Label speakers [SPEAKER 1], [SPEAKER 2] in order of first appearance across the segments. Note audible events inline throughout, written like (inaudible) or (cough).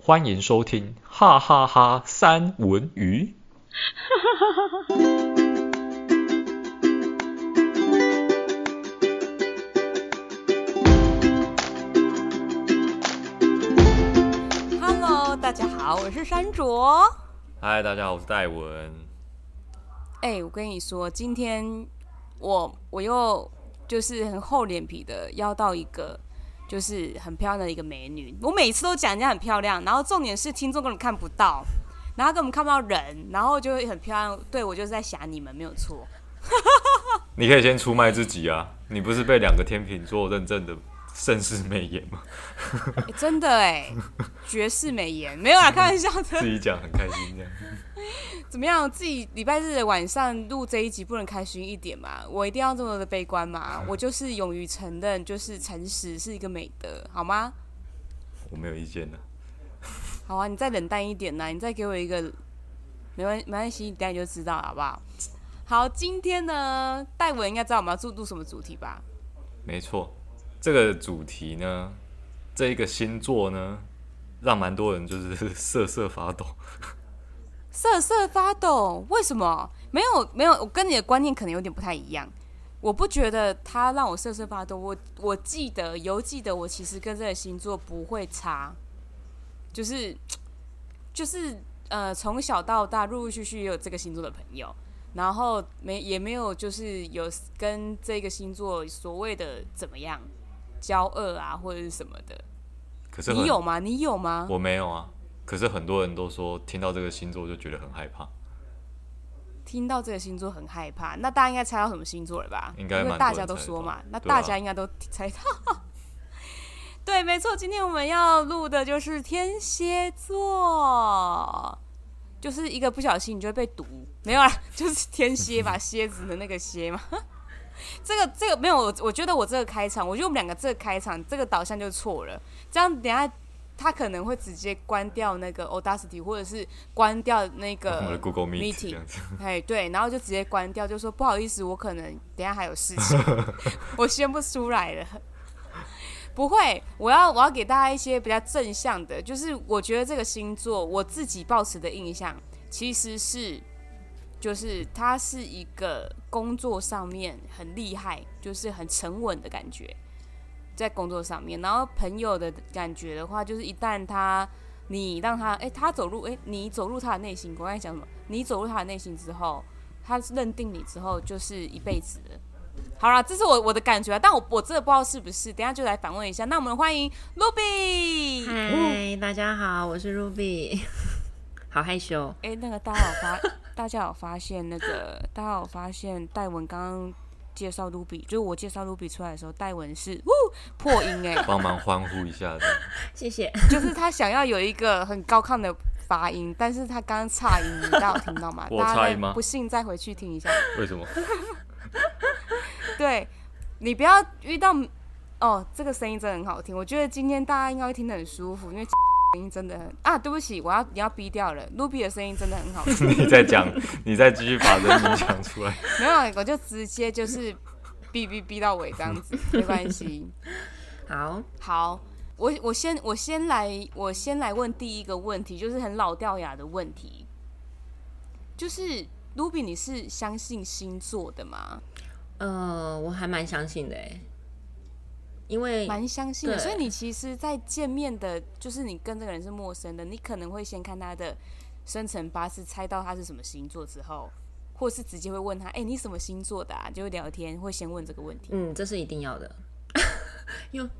[SPEAKER 1] 欢迎收听哈哈哈三文鱼。
[SPEAKER 2] Hello，大家好，我是山卓。
[SPEAKER 1] 嗨，大家好，我是戴文。
[SPEAKER 2] 哎、我跟你说，今天我我又就是很厚脸皮的邀到一个就是很漂亮的一个美女，我每次都讲人家很漂亮，然后重点是听众根本看不到，然后根本看不到人，然后就会很漂亮。对我就是在想你们没有 (laughs) 错，
[SPEAKER 1] 你可以先出卖自己啊！你不是被两个天秤座认证的盛世美颜 (laughs) 吗？
[SPEAKER 2] 哎真的哎、绝世美颜，没有啦，开玩笑
[SPEAKER 1] 自
[SPEAKER 2] 的。
[SPEAKER 1] 己讲很开心这样。
[SPEAKER 2] 怎么样？自己礼拜日的晚上录这一集，不能开心一点嘛？我一定要这么的悲观嘛？我就是勇于承认，就是诚实是一个美德，好吗？
[SPEAKER 1] 我没有意见的。啊
[SPEAKER 2] 好啊，你再冷淡一点呐、你再给我一个，没关没关系，你等下你就知道了好不好？好，今天呢，戴文应该知道我们要做录什么主题吧？
[SPEAKER 1] 没错，这个主题呢，这一个星座呢，让蛮多人就是瑟瑟发抖。
[SPEAKER 2] 瑟瑟发抖，为什么？没有没有，我跟你的观念可能有点不太一样。我不觉得他让我瑟瑟发抖，我我记得犹记得我其实跟这个星座不会差，就是就是呃，从小到大陆陆续续也有这个星座的朋友，然后没也没有就是有跟这个星座所谓的怎么样交恶啊或者是什么的，
[SPEAKER 1] 可是
[SPEAKER 2] 你
[SPEAKER 1] 很
[SPEAKER 2] 有吗？你有吗？
[SPEAKER 1] 我没有啊。可是很多人都说，听到这个星座就觉得很害怕。
[SPEAKER 2] 听到这个星座很害怕，那大家应该猜到什么星座了吧？
[SPEAKER 1] 应该蛮多
[SPEAKER 2] 因为
[SPEAKER 1] 人
[SPEAKER 2] 大家都说嘛
[SPEAKER 1] 猜到，
[SPEAKER 2] 那
[SPEAKER 1] 对啊
[SPEAKER 2] 大家应该都猜到。 (laughs) 对，没错，今天我们要录的就是天蝎座，就是一个不小心你就会被毒，没有啦，就是天蝎吧，蝎子的那个蝎嘛。 (laughs) 这个这个没有，我我觉得我这个开场，我觉得我们两个这个开场这个导向就错了，这样等一下。他可能会直接关掉那个 Audacity，或者是关掉那
[SPEAKER 1] 哦我们的
[SPEAKER 2] 个
[SPEAKER 1] Google Meet
[SPEAKER 2] 呃
[SPEAKER 1] 这
[SPEAKER 2] meeting
[SPEAKER 1] 样子，
[SPEAKER 2] 哎，对，然后就直接关掉，就说不好意思，我可能等一下还有事情，我先不出来了。不会，我要我要给大家一些比较正向的，就是我觉得这个星座我自己抱持的印象其实是，就是他是一个工作上面很厉害，就是很沉稳的感觉，在工作上面。然后朋友的感觉的话，就是一旦他你让他，哎、他走入，哎、你走入他的内心。我刚才讲什么？你走入他的内心之后，他认定你之后，就是一辈子了。好啦，这是我我的感觉啊，但我我真的不知道是不是，等一下就来反问一下。那我们欢迎 Ruby，哎、
[SPEAKER 3] 嗨，大家好，我是 (laughs) Ruby，好害羞。
[SPEAKER 2] 诶那个大家有发，大家有发现那个，大家有发现戴文刚刚介绍 Ruby，就是我介绍 Ruby 出来的时候，戴文是呜破音哎、
[SPEAKER 1] 帮忙欢呼一下这样。
[SPEAKER 2] (laughs)
[SPEAKER 3] 谢谢。
[SPEAKER 2] 就是他想要有一个很高亢的发音，但是他刚刚差音，你大家有听到吗？
[SPEAKER 1] (laughs) 我
[SPEAKER 2] 大
[SPEAKER 1] 差
[SPEAKER 2] 家
[SPEAKER 1] 音吗
[SPEAKER 2] 再不信再回去听一下。
[SPEAKER 1] 为什么？
[SPEAKER 2] 对你不要遇到哦，这个声音真的很好听，我觉得今天大家应该会听得很舒服，因为 (laughs) 声音真的很啊，对不起，我要你要逼掉了，Ruby 的声音真的很好听，
[SPEAKER 1] (laughs) 你再讲，你再继续把人名讲出来。 (laughs)
[SPEAKER 2] (laughs) 没有，啊我就直接就是逼逼逼到尾这样子，没关系。
[SPEAKER 3] 好，
[SPEAKER 2] 好，我我先我先来我先来问第一个问题，就是很老掉牙的问题，就是 Ruby，你是相信星座的吗？
[SPEAKER 3] 呃，我还蛮相信的哎，因为
[SPEAKER 2] 蛮相信的，
[SPEAKER 3] 对
[SPEAKER 2] 所以你其实，在见面的，就是你跟这个人是陌生的，你可能会先看他的生辰八字，猜到他是什么星座之后，或是直接会问他，哎、你什么星座的啊？就会聊天，会先问这个问题，
[SPEAKER 3] 嗯，这是一定要的。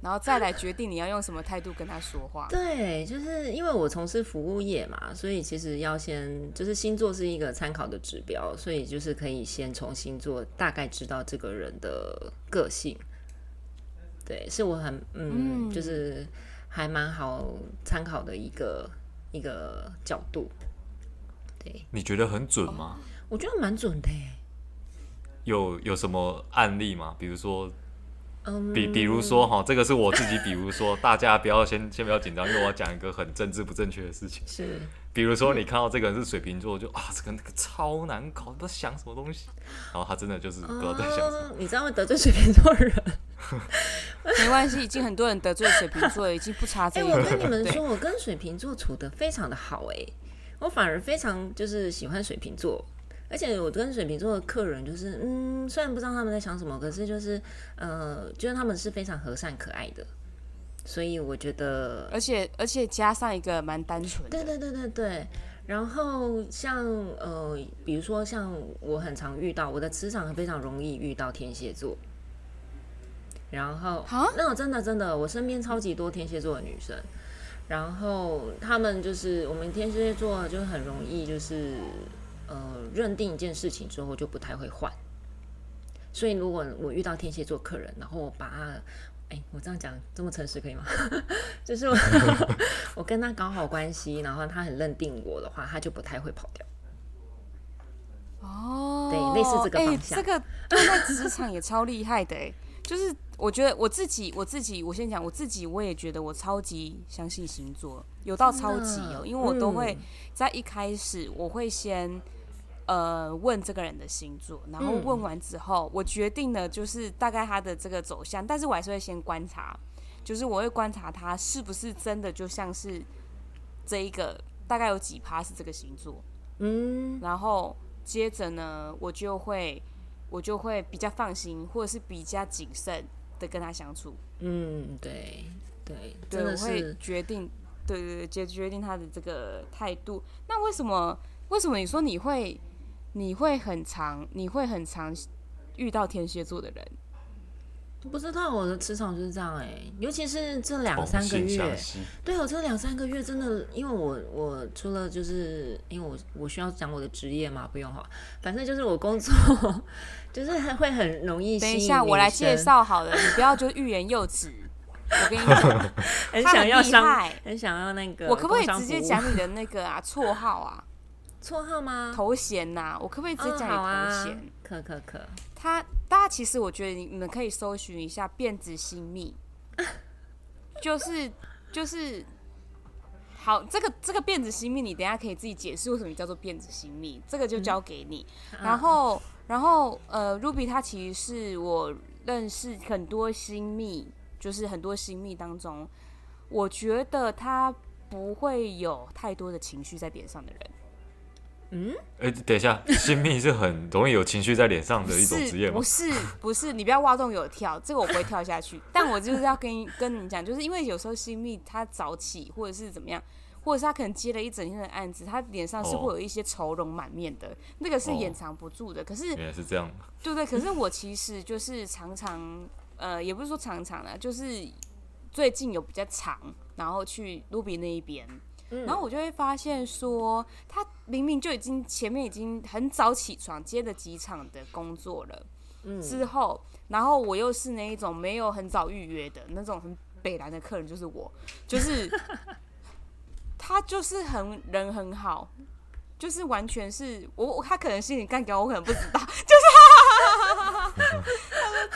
[SPEAKER 2] 然后再来决定你要用什么态度跟他说话。
[SPEAKER 3] (laughs) 对，就是因为我从事服务业嘛，所以其实要先就是星座是一个参考的指标，所以就是可以先从星座大概知道这个人的个性。对，是我很嗯，
[SPEAKER 2] 嗯
[SPEAKER 3] 就是还蛮好参考的一个一个角度。对，
[SPEAKER 1] 你觉得很准吗？
[SPEAKER 3] 我觉得蛮准的欸耶。
[SPEAKER 1] 有有什么案例吗？比如说，
[SPEAKER 3] 嗯，
[SPEAKER 1] 比比如说哈，这个是我自己，比如说， (laughs) 大家不要先先不要紧张，因为我要讲一个很政治不正确的事情。
[SPEAKER 3] 是
[SPEAKER 1] 比如
[SPEAKER 2] 嗯
[SPEAKER 1] 说，你看到这个人是水瓶座，就啊，这个那个超难
[SPEAKER 2] 哦
[SPEAKER 3] 嗯
[SPEAKER 1] 搞，不知道想什么东西。然后他真的就是不知道在想什么。
[SPEAKER 3] 哦你这样会得罪水瓶座人。
[SPEAKER 2] 没关系，已经很多人得罪水瓶座了，已经不差这
[SPEAKER 3] 哎、
[SPEAKER 2] 一
[SPEAKER 3] 我跟你
[SPEAKER 2] 点。
[SPEAKER 3] 们
[SPEAKER 2] 对
[SPEAKER 3] 说，我跟水瓶座处的非常的好哎、我反而非常就是喜欢水瓶座，而且我跟水瓶座的客人就是，嗯，虽然不知道他们在想什么，可是就是呃，觉得他们是非常和善可爱的，所以我觉得
[SPEAKER 2] 而且而且加上一个蛮单纯
[SPEAKER 3] 对
[SPEAKER 2] 的，
[SPEAKER 3] 对对对对。然后像呃，比如说像我很常遇到，我的磁场非常容易遇到天蝎座。然后
[SPEAKER 2] 啊，
[SPEAKER 3] 那我真的真的，我身边超级多天蝎座的女生。然后她们就是我们天蝎座就很容易就是呃认定一件事情之后就不太会换。所以如果我遇到天蝎座客人，然后我把他，哎，我这样讲这么诚实可以吗？ (laughs) 就是我我跟他搞好关系，然后他很认定我的话，他就不太会跑掉。
[SPEAKER 2] 哦，
[SPEAKER 3] 对类似这个
[SPEAKER 2] 哎
[SPEAKER 3] 方向 (laughs)
[SPEAKER 2] 这个对在职场也超厉害的、哎，就是我觉得我自己，我自己，我先讲我自己，我也觉得我超级相信星座，有到超级
[SPEAKER 3] 真
[SPEAKER 2] 哦，
[SPEAKER 3] 的啊
[SPEAKER 2] 因为我都会
[SPEAKER 3] 嗯
[SPEAKER 2] 在一开始我会先。呃，问这个人的星座，然后
[SPEAKER 3] 嗯
[SPEAKER 2] 问完之后，我决定了就是大概他的这个走向，但是我还是会先观察，就是我会观察他是不是真的就像是这一个大概有几趴是这个星座，
[SPEAKER 3] 嗯，
[SPEAKER 2] 然后接着呢，我就会我就会比较放心，或者是比较谨慎的跟他相处。
[SPEAKER 3] 嗯，对对，
[SPEAKER 2] 对，
[SPEAKER 3] 真
[SPEAKER 2] 我
[SPEAKER 3] 的
[SPEAKER 2] 会
[SPEAKER 3] 是
[SPEAKER 2] 决定，对对对，决决定他的这个态度。那为什么为什么你说你会你会很常你会很常遇到天蝎座的人？
[SPEAKER 3] 不知道我的磁场就是这样哎、尤其是这两
[SPEAKER 1] 同
[SPEAKER 3] 三个
[SPEAKER 1] 性
[SPEAKER 3] 月
[SPEAKER 1] 相，吸，
[SPEAKER 3] 对我这两三个月真的，因为我我除了就是因为我我需要讲我的职业嘛，不用哈，反正就是我工作 (laughs) 就是会很容易吸
[SPEAKER 2] 等
[SPEAKER 3] 引
[SPEAKER 2] 一下，我
[SPEAKER 3] 女
[SPEAKER 2] 来介
[SPEAKER 3] 生，
[SPEAKER 2] 绍好了，你不要就欲言又止。我跟你讲，他很
[SPEAKER 3] 很想要
[SPEAKER 2] 厉
[SPEAKER 3] 商，
[SPEAKER 2] 害
[SPEAKER 3] 很想要那个，
[SPEAKER 2] 我可不可以直接讲你的那个啊绰号啊
[SPEAKER 3] 绰号吗？
[SPEAKER 2] 头衔呐、我可不可以直接
[SPEAKER 3] 嗯，
[SPEAKER 2] 讲
[SPEAKER 3] 好
[SPEAKER 2] 你
[SPEAKER 3] 啊
[SPEAKER 2] 头衔？，
[SPEAKER 3] 可可
[SPEAKER 2] (laughs)
[SPEAKER 3] 可，
[SPEAKER 2] 他大家其实我觉得你们可以搜寻一下辫子新密， (laughs) 就是就是好，这个这个辫子新密，你等一下可以自己解释为什么叫做辫子新密，这个就交给你。然后然后呃，Ruby 她其实是我认识很多新密，就是很多新密当中，我觉得她不会有太多的情绪在脸上的人。
[SPEAKER 1] 哎、等一下，新密是很容易有情绪在脸上的一种职业吗 (laughs)
[SPEAKER 2] 不？是不是，你不要挖洞给我跳，这个我不会跳下去。 (laughs) 但我就是要跟跟你讲，就是因为有时候新密他早起或者是怎么样，或者是他可能接了一整天的案子，他脸上是
[SPEAKER 1] 哦
[SPEAKER 2] 会有一些愁容满面的，那个是
[SPEAKER 1] 哦
[SPEAKER 2] 掩藏不住的。可是
[SPEAKER 1] 原来是这样，
[SPEAKER 2] 对对，可是我其实就是常常，呃，也不是说常常啦，就是最近有比较长，然后去卢比那一边，
[SPEAKER 3] 嗯
[SPEAKER 2] 然后我就会发现说，他明明就已经前面已经很早起床，接了几场的工作了，
[SPEAKER 3] 嗯
[SPEAKER 2] 之后，然后我又是那一种没有很早预约的那种很北蓝的客人，就是我，就是 (laughs) 他就是很人很好。就是完全是我，我他可能心里干掉，我可能不知道， (laughs)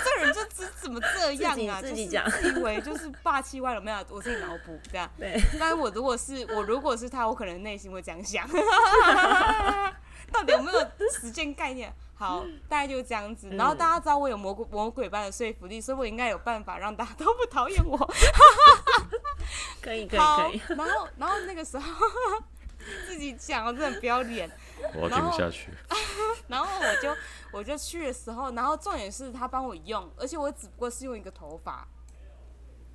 [SPEAKER 2] 这人就怎怎么这样啊？
[SPEAKER 3] 自己自
[SPEAKER 2] 就
[SPEAKER 3] 己
[SPEAKER 2] 是
[SPEAKER 3] 讲
[SPEAKER 2] 自以为就是霸气外露，没有，我自己脑补这样。
[SPEAKER 3] 对，
[SPEAKER 2] 但是我如果是我如果是他，我可能内心会这样想， (laughs) 到底有没有实践概念？好，大概就是这样子。然后大家知道我有魔鬼魔鬼般的说服力，所以我应该有办法让大家都不讨厌我。
[SPEAKER 3] 可以可以
[SPEAKER 2] 好
[SPEAKER 3] 可以，，
[SPEAKER 2] 然后然后那个时候自己讲，我真的不要脸。
[SPEAKER 1] 我要听不下去。
[SPEAKER 2] 然后我就我就去的时候，然后重点是他帮我用，而且我只不过是用一个头发，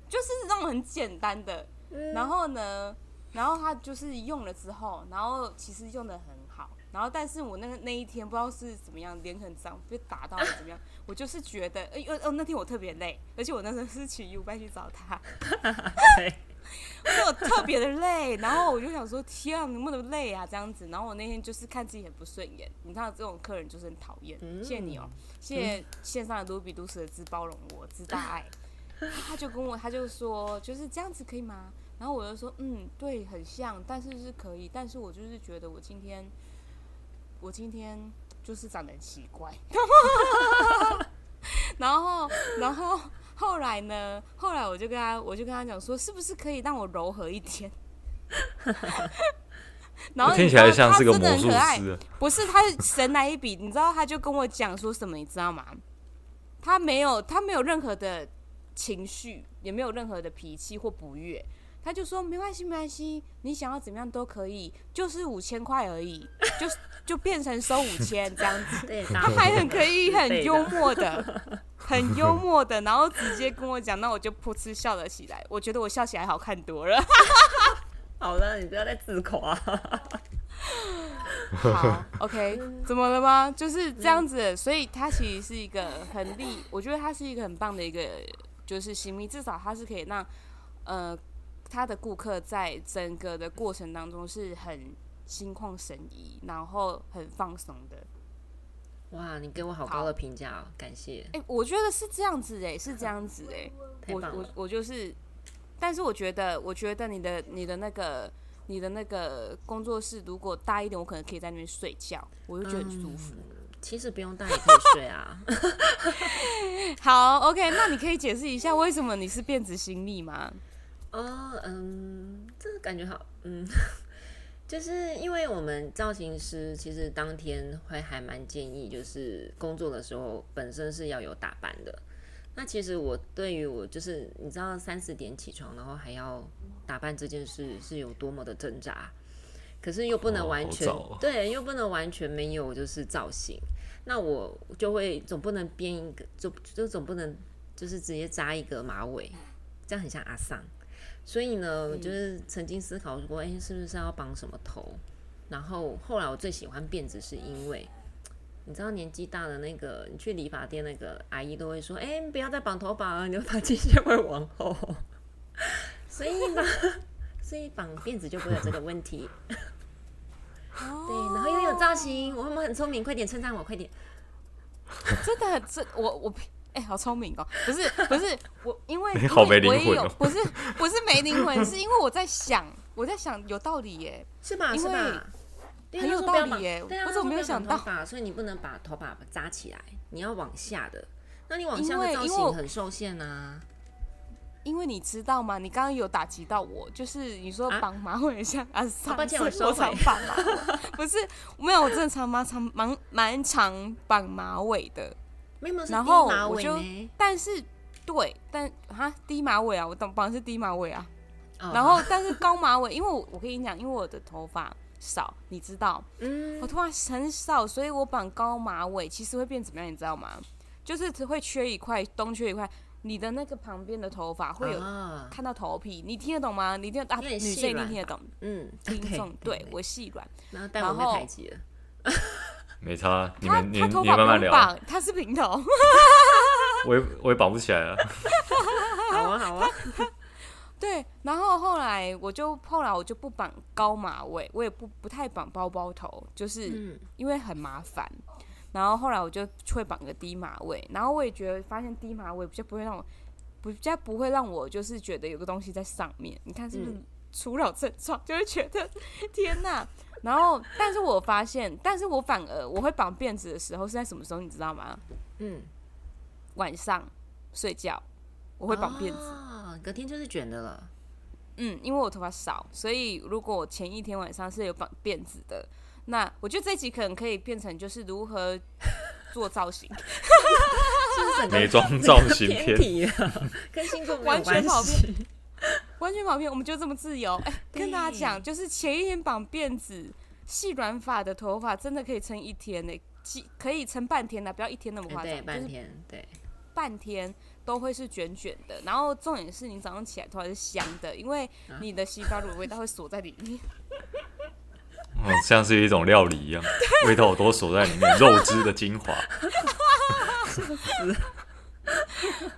[SPEAKER 2] 就是那种很简单的。然后呢，然后他就是用了之后，然后其实用的很好。然后，但是我那个那一天不知道是怎么样，脸很脏，被打到了怎么样？我就是觉得，哎、呃、哦，那天我特别累，而且我那时候是去 U 拜去找他，
[SPEAKER 3] 对，
[SPEAKER 2] 所以我特别的累，然后我就想说，天啊，能不能累啊？这样子，然后我那天就是看自己很不顺眼，你知道这种客人就是很讨厌。谢谢你哦、谢谢线上的卢比都斯的之包容我，之大爱。他就跟我，他就说就是这样子可以吗？然后我就说，嗯，对，很像，但是是可以，但是我就是觉得我今天，我今天就是长得很奇怪。 (laughs) 然后，然后后来呢？后来我就跟他，我就跟他讲说，是不是可以让我柔和一点？ (laughs) 然后你
[SPEAKER 1] 听
[SPEAKER 2] 知
[SPEAKER 1] 起
[SPEAKER 2] 道
[SPEAKER 1] 来像
[SPEAKER 2] 他
[SPEAKER 1] 是个
[SPEAKER 2] 真的
[SPEAKER 1] 魔
[SPEAKER 2] 很
[SPEAKER 1] 术
[SPEAKER 2] 可爱
[SPEAKER 1] 师，啊
[SPEAKER 2] 不是他神来一笔，你知道他就跟我讲说什么，你知道吗？他没有，他没有任何的情绪，也没有任何的脾气或不悦。他就说没关系，没关系，你想要怎么样都可以，就是五千块而已，就就变成收五千这样子。
[SPEAKER 3] 对，他
[SPEAKER 2] 他还很可以，很幽
[SPEAKER 3] 默。
[SPEAKER 2] 默的，很幽默的，然后直接跟我讲，那我就噗嗤笑了起来。我觉得我笑起来好看多了。
[SPEAKER 3] (laughs) 好了，你不要再自夸、
[SPEAKER 2] 好，OK，怎么了吗？就是这样子，所以他其实是一个很厉，我觉得他是一个很棒的一个就是新密，至少他是可以让呃他的顾客在整个的过程当中是很心旷神怡，然后很放松的。
[SPEAKER 3] 哇，你给我好高的评价哦，感谢，
[SPEAKER 2] 哎、我觉得是这样子哎、是这样子哎、
[SPEAKER 3] (laughs) 太
[SPEAKER 2] 我
[SPEAKER 3] 棒
[SPEAKER 2] 我
[SPEAKER 3] 了。
[SPEAKER 2] 我就是，但是我觉得，我觉得你的你的那个你的那个工作室如果大一点，我可能可以在那边睡觉，我就觉得很舒
[SPEAKER 3] 嗯
[SPEAKER 2] 服。
[SPEAKER 3] 其实不用带也可以睡啊，
[SPEAKER 2] 好，OK，那你可以解释一下为什么你是变质行李吗？
[SPEAKER 3] 哦，嗯，这个感觉好，嗯， (laughs) 就是因为我们造型师其实当天会还蛮建议，就是工作的时候本身是要有打扮的。那其实我对于我就是你知道三四点起床，然后还要打扮这件事是有多么的挣扎，可是又不能
[SPEAKER 1] 哦
[SPEAKER 3] 完
[SPEAKER 1] 好
[SPEAKER 3] 全、
[SPEAKER 1] 早哦
[SPEAKER 3] 对，又不能完全没有就是造型。那我就会总不能编一个，就就总不能就是直接扎一个马尾，这样很像阿桑。所以呢，我就是曾经思考过，哎、是不是要绑什么头？然后后来我最喜欢辫子，是因为你知道年纪大的那个，你去理发店那个阿姨都会说，哎、不要再绑头发了，你的发际线会往后。 (laughs) 所以呢，所以绑辫子就不会有这个问题。对，
[SPEAKER 2] 对
[SPEAKER 3] 然后又有造型，我们很聪明，快点称赞我，快点。
[SPEAKER 2] 哦真的很这我我哎、好聪明哦！不
[SPEAKER 3] (laughs)
[SPEAKER 2] 是不是我，因为
[SPEAKER 1] 你好
[SPEAKER 2] 因为
[SPEAKER 1] 没
[SPEAKER 2] 我
[SPEAKER 1] 灵
[SPEAKER 2] 也
[SPEAKER 1] 魂
[SPEAKER 2] 有
[SPEAKER 1] 哦
[SPEAKER 2] 不是不是没灵魂，是因为我在想 (laughs) 我在想有道理耶。
[SPEAKER 3] 是吧？
[SPEAKER 2] 因
[SPEAKER 3] 是
[SPEAKER 2] 为
[SPEAKER 3] 吧？对啊
[SPEAKER 2] 很有
[SPEAKER 3] 他说不要
[SPEAKER 2] 道理
[SPEAKER 3] 绑
[SPEAKER 2] 耶
[SPEAKER 3] 对啊，
[SPEAKER 2] 我
[SPEAKER 3] 他
[SPEAKER 2] 怎么
[SPEAKER 3] 说
[SPEAKER 2] 没
[SPEAKER 3] 不
[SPEAKER 2] 有
[SPEAKER 3] 要绑
[SPEAKER 2] 想到
[SPEAKER 3] 头发，所以你不能把头发扎起来，你要往下的。那你往
[SPEAKER 2] 因
[SPEAKER 3] 下的
[SPEAKER 2] 为因
[SPEAKER 3] 造
[SPEAKER 2] 为
[SPEAKER 3] 型
[SPEAKER 2] 我
[SPEAKER 3] 很受限啊。
[SPEAKER 2] 因为你知道吗？你刚刚有打击到我，就是你说
[SPEAKER 3] 啊
[SPEAKER 2] 绑马尾像啊，上
[SPEAKER 3] 抱歉
[SPEAKER 2] 次
[SPEAKER 3] 我收回
[SPEAKER 2] 常绑马尾，不是没有，我真的常蛮常蛮蛮常绑马尾的，
[SPEAKER 3] 没有，没有是
[SPEAKER 2] 然
[SPEAKER 3] 低
[SPEAKER 2] 后
[SPEAKER 3] 马
[SPEAKER 2] 我
[SPEAKER 3] 尾
[SPEAKER 2] 就
[SPEAKER 3] 呢。
[SPEAKER 2] 但是对，但哈低马尾啊，我绑绑的是低马尾啊，
[SPEAKER 3] 哦
[SPEAKER 1] 嗯
[SPEAKER 2] 然后但是高马尾，因为我我跟你讲，因为我的头发少，你知道，
[SPEAKER 3] 嗯
[SPEAKER 2] 我头发很少，所以我绑高马尾其实会变怎么样，你知道吗？就是只会缺一块，东缺一块，你的那个旁边的头发会有
[SPEAKER 3] 啊，
[SPEAKER 2] 看到头皮，你听得懂吗？你听得懂、啊？
[SPEAKER 3] 有点
[SPEAKER 2] 女
[SPEAKER 3] 细
[SPEAKER 2] 生一定
[SPEAKER 3] 软
[SPEAKER 2] 听得懂，
[SPEAKER 3] 嗯，
[SPEAKER 1] 啊
[SPEAKER 2] 听众对
[SPEAKER 3] 对，
[SPEAKER 2] 我细软，
[SPEAKER 3] 然后但我
[SPEAKER 2] 然
[SPEAKER 3] 被
[SPEAKER 2] 后
[SPEAKER 3] 排挤了。
[SPEAKER 1] 没差，你
[SPEAKER 2] 他
[SPEAKER 1] 们你
[SPEAKER 2] 他
[SPEAKER 1] 们
[SPEAKER 2] 头
[SPEAKER 1] 你
[SPEAKER 2] 发
[SPEAKER 1] 们慢慢
[SPEAKER 2] 不用
[SPEAKER 1] 聊，啊
[SPEAKER 2] 绑，他是平头。
[SPEAKER 1] 我也我也绑不起来啊了。
[SPEAKER 3] 好啊，好啊，
[SPEAKER 2] 对，然后后来我就后来我就不绑高马尾，我也不不太绑包包头，就是
[SPEAKER 3] 嗯，
[SPEAKER 2] 因为很麻烦。然后后来我就会绑个低马尾，然后我也觉得发现低马尾比较不会让我，比较不会让我就是觉得有个东西在上面，你看是不是
[SPEAKER 3] 嗯
[SPEAKER 2] 初老症状，就会觉得天哪。然后，但是我发现，但是我反而我会绑辫子的时候是在什么时候，你知道吗？
[SPEAKER 3] 嗯，
[SPEAKER 2] 晚上睡觉， (laughs) 我会绑辫
[SPEAKER 3] 啊
[SPEAKER 2] 子。
[SPEAKER 3] 子，哦隔天就是卷
[SPEAKER 2] (laughs)
[SPEAKER 3] 的了。
[SPEAKER 2] 嗯，因为我头发少，所以如果我前一天晚上是有绑辫子的，那我觉得这一集可能可以变成就是如何做造型，
[SPEAKER 3] 就是整个
[SPEAKER 1] 美妆造型
[SPEAKER 3] 偏
[SPEAKER 1] 片
[SPEAKER 3] 题啊，跟星座没有
[SPEAKER 2] 完全
[SPEAKER 3] 关
[SPEAKER 2] 跑
[SPEAKER 3] 系。
[SPEAKER 2] 完全跑偏，我们就这么自由。哎、跟大家讲，就是前一天绑辫子，细软发的头发真的可以撑一天呢、几可以撑半天的、不要一天那么
[SPEAKER 3] 哎
[SPEAKER 2] 夸张，
[SPEAKER 3] 对，半
[SPEAKER 2] 就是
[SPEAKER 3] 天，对，
[SPEAKER 2] 半天都会是卷卷的。然后重点是你早上起来头发是香的，因为
[SPEAKER 3] 啊
[SPEAKER 2] 你的洗发乳的味道会锁在里面。
[SPEAKER 1] 嗯，像是一种料理一 (laughs) 样，味道都锁在里面，肉汁的精华。 (laughs)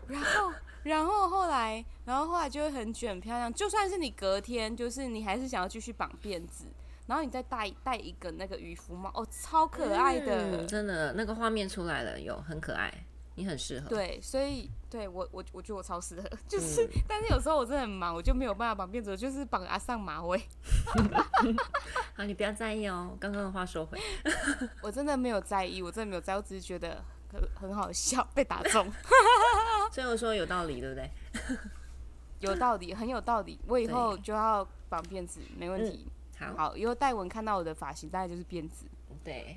[SPEAKER 2] 然后，然后后来，然后后来就会很卷很漂亮。就算是你隔天，就是你还是想要继续绑辫子，然后你再戴戴一个那个渔夫帽，哦，超可爱的。
[SPEAKER 3] 嗯真的，那个画面出来了，有很可爱，你很适合。
[SPEAKER 2] 对，所以对我我我觉得我超适合，就是、但是有时候我真的很忙，我就没有办法绑辫子，我就是绑阿上马尾，
[SPEAKER 3] 好，你不要在意哦。刚刚的
[SPEAKER 2] (laughs)
[SPEAKER 3] 话收回，
[SPEAKER 2] (laughs) 我真的没有在意，我真的没有在意，我只是觉得很很好笑，被打中， (laughs)
[SPEAKER 3] 所以我说有道理，对不对？
[SPEAKER 2] 有道理，很有道理。我以后
[SPEAKER 3] 对嗯
[SPEAKER 2] 就要绑辫子，没问题。
[SPEAKER 3] 好，
[SPEAKER 2] 好，以后戴文看到我的发型，大概就是辫子。
[SPEAKER 3] 对，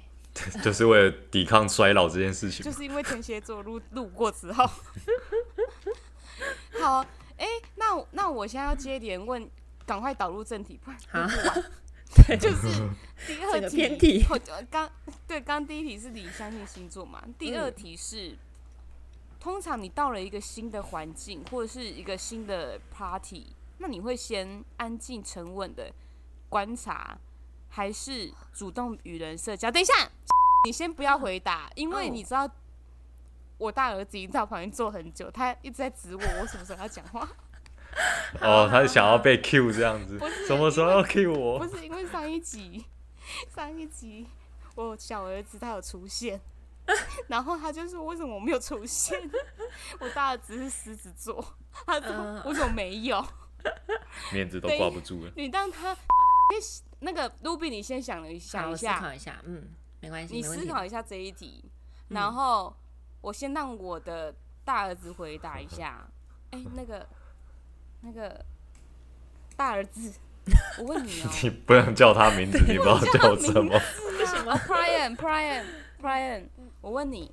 [SPEAKER 1] 就是为了抵抗衰老这件事情
[SPEAKER 2] 就。是因为天蝎座路路过之后，好，哎、那我那我现在要接连问，赶快导入正题，不然
[SPEAKER 3] 好，
[SPEAKER 2] 就是第二
[SPEAKER 3] (laughs) 整个
[SPEAKER 2] 题
[SPEAKER 3] 偏题
[SPEAKER 2] 我呃刚对，刚第一题是你相信星座嘛？第
[SPEAKER 3] 嗯
[SPEAKER 2] 二题是，通常你到了一个新的环境或者是一个新的 party，那你会先安静沉稳的观察，还是主动与人社交？等一下， (laughs) 你先不要回答，因为
[SPEAKER 3] 哦
[SPEAKER 2] 你知道。我大儿子已经在我旁边坐很久，他一直在指我，我什么时候要讲
[SPEAKER 3] (laughs)
[SPEAKER 2] 话？
[SPEAKER 1] 哦，他是想要被 Q 这样子
[SPEAKER 2] 啊不是，
[SPEAKER 1] 什么时候要 Q 我
[SPEAKER 3] 哦
[SPEAKER 2] 不？是因为上一集， (laughs) 上一集我小儿子他有出
[SPEAKER 3] (laughs)
[SPEAKER 2] 现，然后他就说为什么我没有出现？我大儿子是狮子座，他说
[SPEAKER 3] 嗯
[SPEAKER 2] 为什么没有？
[SPEAKER 1] 面子都挂不住了。
[SPEAKER 2] 你让他 (laughs) 那个卢比，你先想一
[SPEAKER 3] 好，
[SPEAKER 2] 想
[SPEAKER 3] 我
[SPEAKER 2] 一
[SPEAKER 3] 思
[SPEAKER 2] 下，
[SPEAKER 3] 考一下，嗯，没关系，
[SPEAKER 2] 你
[SPEAKER 3] 没问
[SPEAKER 2] 思
[SPEAKER 3] 题嗯
[SPEAKER 2] 考一下这一题，然后我先让我的大儿子回答一下。哎、那个那个大儿子，我问你
[SPEAKER 3] (laughs)
[SPEAKER 2] 哦、
[SPEAKER 1] 你不能叫他名字，你不知道叫什么。
[SPEAKER 2] 什么 (laughs) Brian Brian Brian，我问你，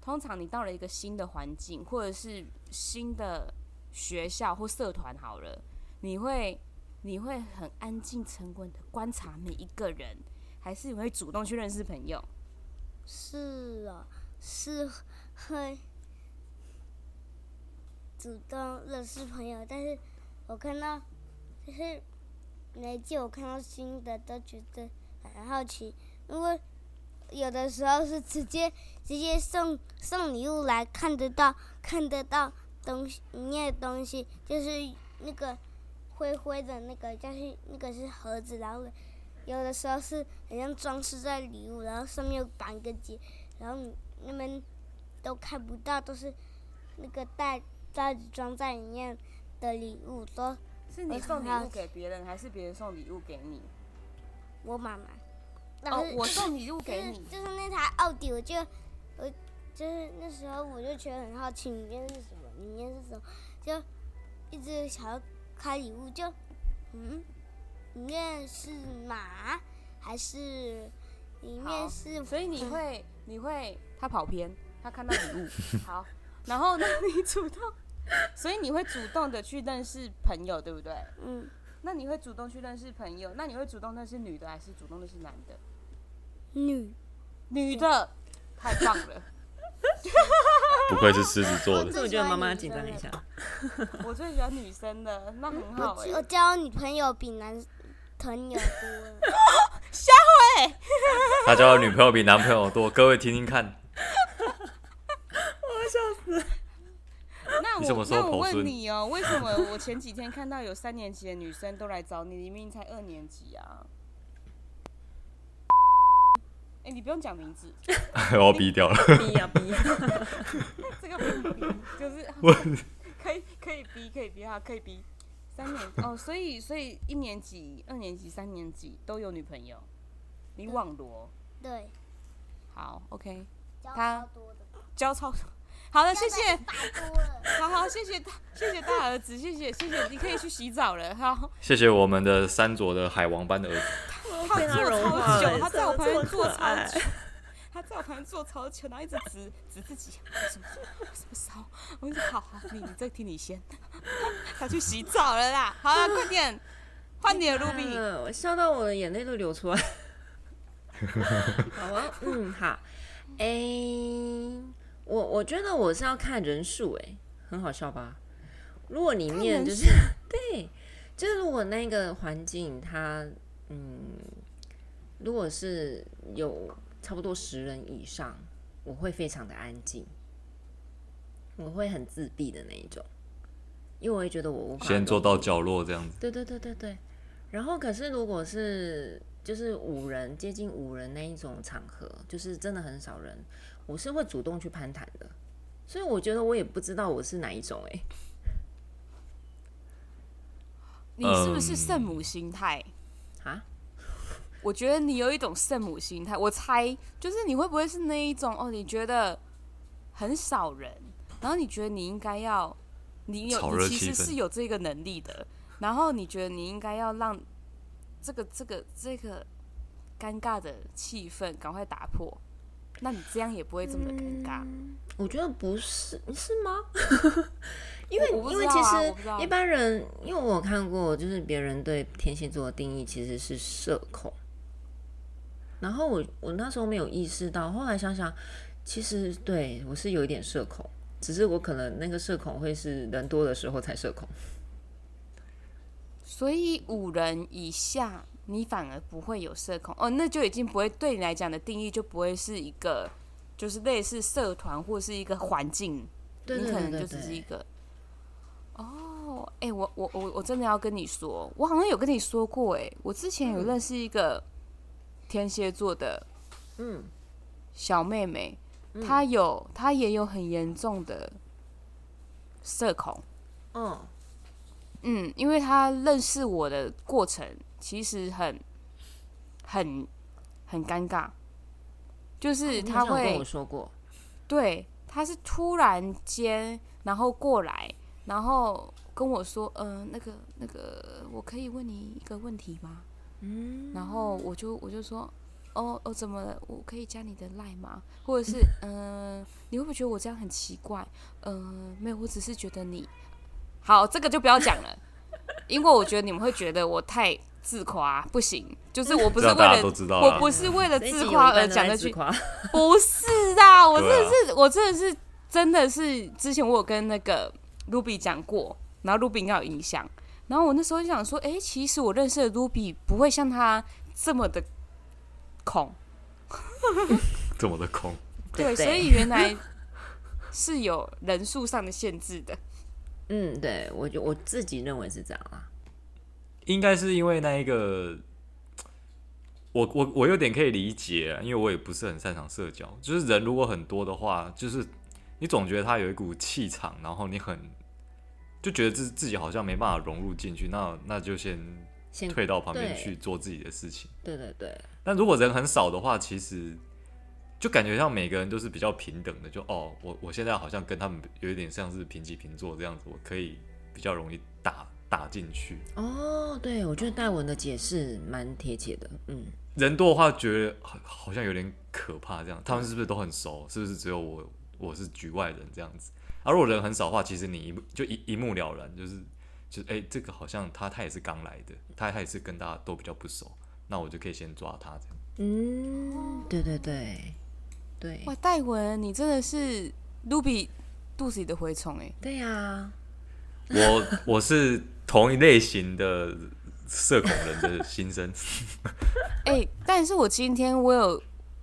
[SPEAKER 2] 通常你到了一个新的环境，或者是新的学校或社团，好了，你会你会很安静沉稳的观察每一个人，还是你会主动去认识朋友？
[SPEAKER 4] 是哦，是会主动认识朋友，但是我看到就是每一届我看到新的都觉得很好奇，因为有的时候是直接直接送送礼物来看得到看得到东西里面的东西，就是那个灰灰的那个，就是那个是盒子，然后有的时候是很像装饰在礼物，然后上面有绑一个结，然后你你们都看不到，都是那个袋袋子装在里面的礼物，都
[SPEAKER 2] 是
[SPEAKER 4] 你送礼物给
[SPEAKER 2] 别人，还是别人送礼物给你？
[SPEAKER 4] 我妈妈。然后
[SPEAKER 2] 哦，我送礼物给你，
[SPEAKER 4] 就是那台奥迪，我就我就是那时候我就觉得很好奇里面是什么，里面是什么，就一直想要开礼物，就嗯，里面是马还是里
[SPEAKER 2] 好
[SPEAKER 4] 面是嗯
[SPEAKER 2] 所以你会你会他跑偏，他看到礼物，
[SPEAKER 4] (laughs)
[SPEAKER 2] 好，然后呢，你主动，所以你会主动的去认识朋友，对不对？
[SPEAKER 4] 嗯
[SPEAKER 2] 那你会主动去认识朋友？那你会主动认识女的还是主动认识男的？
[SPEAKER 4] 女
[SPEAKER 2] 女的，太棒了！
[SPEAKER 1] 不愧是狮子座的，
[SPEAKER 3] 所以我觉得妈妈紧张一下，
[SPEAKER 2] 我最喜欢女生的，那很好哎、
[SPEAKER 4] 我交女朋友比男朋友多。
[SPEAKER 2] (laughs)
[SPEAKER 1] 他交的女朋友比男朋友多。各位听听看， (laughs)
[SPEAKER 2] (laughs) 那
[SPEAKER 1] 你什
[SPEAKER 2] 我
[SPEAKER 1] 么时候
[SPEAKER 2] 那我
[SPEAKER 1] 投
[SPEAKER 2] 问
[SPEAKER 1] 孙
[SPEAKER 2] 你哦、为什么我前几天看到有三年级的女生都来找你，你明明才二年级啊？哎、你不用讲名字，
[SPEAKER 1] 我要逼掉了。
[SPEAKER 3] (laughs) 逼呀逼呀，
[SPEAKER 2] 这个不逼就是
[SPEAKER 1] (laughs) 我
[SPEAKER 2] (laughs) 可以可以逼可以逼哈可以逼。三年哦，所以所以一年级、二年级、三年级都有女朋友，你网罗
[SPEAKER 4] 对，
[SPEAKER 2] 好，OK，
[SPEAKER 4] 交
[SPEAKER 2] 他
[SPEAKER 4] 超多的，
[SPEAKER 2] 交超好了，谢谢，
[SPEAKER 4] 太多了。
[SPEAKER 2] 好好谢谢大谢谢大儿子，谢谢谢谢，你可以去洗澡了。好，
[SPEAKER 1] 谢谢我们的山卓的海王般的儿子，
[SPEAKER 2] 他
[SPEAKER 3] 被他
[SPEAKER 2] 坐
[SPEAKER 3] 融
[SPEAKER 2] 超
[SPEAKER 3] 化
[SPEAKER 2] 久，
[SPEAKER 3] 了，
[SPEAKER 2] 他在我旁边
[SPEAKER 3] 这么
[SPEAKER 2] 坐
[SPEAKER 3] 可
[SPEAKER 2] 超
[SPEAKER 3] 爱
[SPEAKER 2] 久，他在我旁边坐超久，然后一直指指自己，为什么为什么烧？我就说好好，你你这个听你先， (laughs) 他去洗澡了啦。好了，快点，换你的卢比。
[SPEAKER 3] 呃，我笑到我的眼泪都
[SPEAKER 2] (laughs)
[SPEAKER 3] 流出来。好啊，嗯，好，诶，我我觉得我是要看人数，诶，很好笑吧？如果里面就是 (laughs) 对，就是如果那个环境它，嗯，如果是有差不多十人以上，我会非常的安静，我会很自闭的那一种，因为我会觉得我无法
[SPEAKER 1] 先坐
[SPEAKER 3] 融
[SPEAKER 1] 到
[SPEAKER 3] 入
[SPEAKER 1] 角落这样子。
[SPEAKER 3] 对对对对对。然后可是如果是就是五人接近五人那一种场合，就是真的很少人，我是会主动去攀谈的。所以我觉得我也不知道我是哪一种哎、
[SPEAKER 2] 你是不是圣母心态？
[SPEAKER 3] 啊，
[SPEAKER 2] 我觉得你有一种圣母心态，我猜就是你会不会是那一种哦？你觉得很少人，然后你觉得你应该要，你有
[SPEAKER 1] 炒
[SPEAKER 2] 你
[SPEAKER 1] 热
[SPEAKER 2] 其实
[SPEAKER 1] 气氛
[SPEAKER 2] 是有这个能力的，然后你觉得你应该要让这个这个这个尴尬的气氛赶快打破，那你这样也不会这么的尴尬。
[SPEAKER 3] 我觉得不是，是吗？ (laughs) 因为、
[SPEAKER 2] 我不
[SPEAKER 3] 因
[SPEAKER 2] 知
[SPEAKER 3] 为
[SPEAKER 2] 道
[SPEAKER 3] 其
[SPEAKER 2] 啊
[SPEAKER 3] 实
[SPEAKER 2] 我不知道
[SPEAKER 3] 一般人，因为我有看过，就是别人对天蝎座的定义其实是社恐。然后我我那时候没有意识到，后来想想，其实对我是有一点社恐，只是我可能那个社恐会是人多的时候才社恐。
[SPEAKER 2] 所以五人以下，你反而不会有社恐哦，那就已经不会对你来讲的定义就不会是一个，就是类似社团或是一个环境，
[SPEAKER 3] 对对
[SPEAKER 2] 你可
[SPEAKER 3] 对
[SPEAKER 2] 能
[SPEAKER 3] 对
[SPEAKER 2] 就只是一
[SPEAKER 3] 对，
[SPEAKER 2] 个。哦，哎、我我我我真的要跟你说，我好像有跟你说过、哎，我之前有认识一个天蝎座的
[SPEAKER 3] 嗯，
[SPEAKER 2] 小妹妹，她有她也有很严重的社恐。
[SPEAKER 3] 哦，
[SPEAKER 2] 嗯，因为他认识我的过程其实很、很、很尴尬，就是
[SPEAKER 3] 哦你
[SPEAKER 2] 他
[SPEAKER 3] 好像有跟
[SPEAKER 2] 会
[SPEAKER 3] 我说过，
[SPEAKER 2] 对，他是突然间然后过来，然后跟我说，嗯、那个那个，我可以问你一个问题吗？嗯，然后我就我就说，哦哦，怎么了？我可以加你的赖吗？或者是，嗯、你会不会觉得我这样很奇怪？嗯、没有，我只是觉得你好，这个就不要讲了，因为我觉得你们会觉得我太自夸，不行，就是我不
[SPEAKER 1] 这
[SPEAKER 2] 是
[SPEAKER 1] 样
[SPEAKER 2] 为
[SPEAKER 1] 大
[SPEAKER 2] 了
[SPEAKER 1] 家都，知道
[SPEAKER 2] 我
[SPEAKER 1] 了
[SPEAKER 2] 不。是为了
[SPEAKER 3] 那一集
[SPEAKER 2] 自
[SPEAKER 3] 有一
[SPEAKER 2] 夸
[SPEAKER 3] 半
[SPEAKER 2] 而
[SPEAKER 3] 都
[SPEAKER 2] 讲
[SPEAKER 3] 在
[SPEAKER 2] 那
[SPEAKER 3] 自
[SPEAKER 2] 句。
[SPEAKER 3] 夸，
[SPEAKER 2] 不是啦，我真
[SPEAKER 1] 对啊
[SPEAKER 2] 的是，我真的是，真的是，之前我有跟那个 Ruby 讲过，然后 Ruby 应该有印象。然后我那时候就想说，诶，其实我认识的 Ruby 不会像他这么的恐，
[SPEAKER 1] 这么的空，
[SPEAKER 2] 对，
[SPEAKER 3] 对
[SPEAKER 2] 所以原来是有人数上的限制的。
[SPEAKER 3] 嗯，对我就我自己认为是这样啦。
[SPEAKER 1] 应该是因为那一个，我我我有点可以理解啊，因为我也不是很擅长社交。就是人如果很多的话，就是你总觉得他有一股气场，然后你很就觉得自自己好像没办法融入进去，那那就先
[SPEAKER 3] 先
[SPEAKER 1] 退到旁边
[SPEAKER 3] 对
[SPEAKER 1] 去做自己的事情。
[SPEAKER 3] 对对对，
[SPEAKER 1] 但如果人很少的话，其实就感觉像每个人都是比较平等的，就哦，我我现在好像跟他们有一点像是平起平坐这样子，我可以比较容易打打进去。
[SPEAKER 3] 哦，对，我觉得戴文的解释蛮贴切的，嗯，
[SPEAKER 1] 人多的话，觉得好好像有点可怕这样。他们是不是都很熟？是不是只有我我是局外人这样子？而、如果人很少的话，其实你一目就一一目了然，就是就哎、这个好像他他也是刚来的，他他也是跟大家都比较不熟，那我就可以先抓他这样。
[SPEAKER 3] 嗯，对对对，对，
[SPEAKER 2] (laughs) 哇，戴文，你真的是 Ruby 肚子里的蛔虫诶。
[SPEAKER 3] 对呀、
[SPEAKER 1] 我 (laughs) 我是同一类型的社恐人的心声，
[SPEAKER 2] 哎、但是我今天我有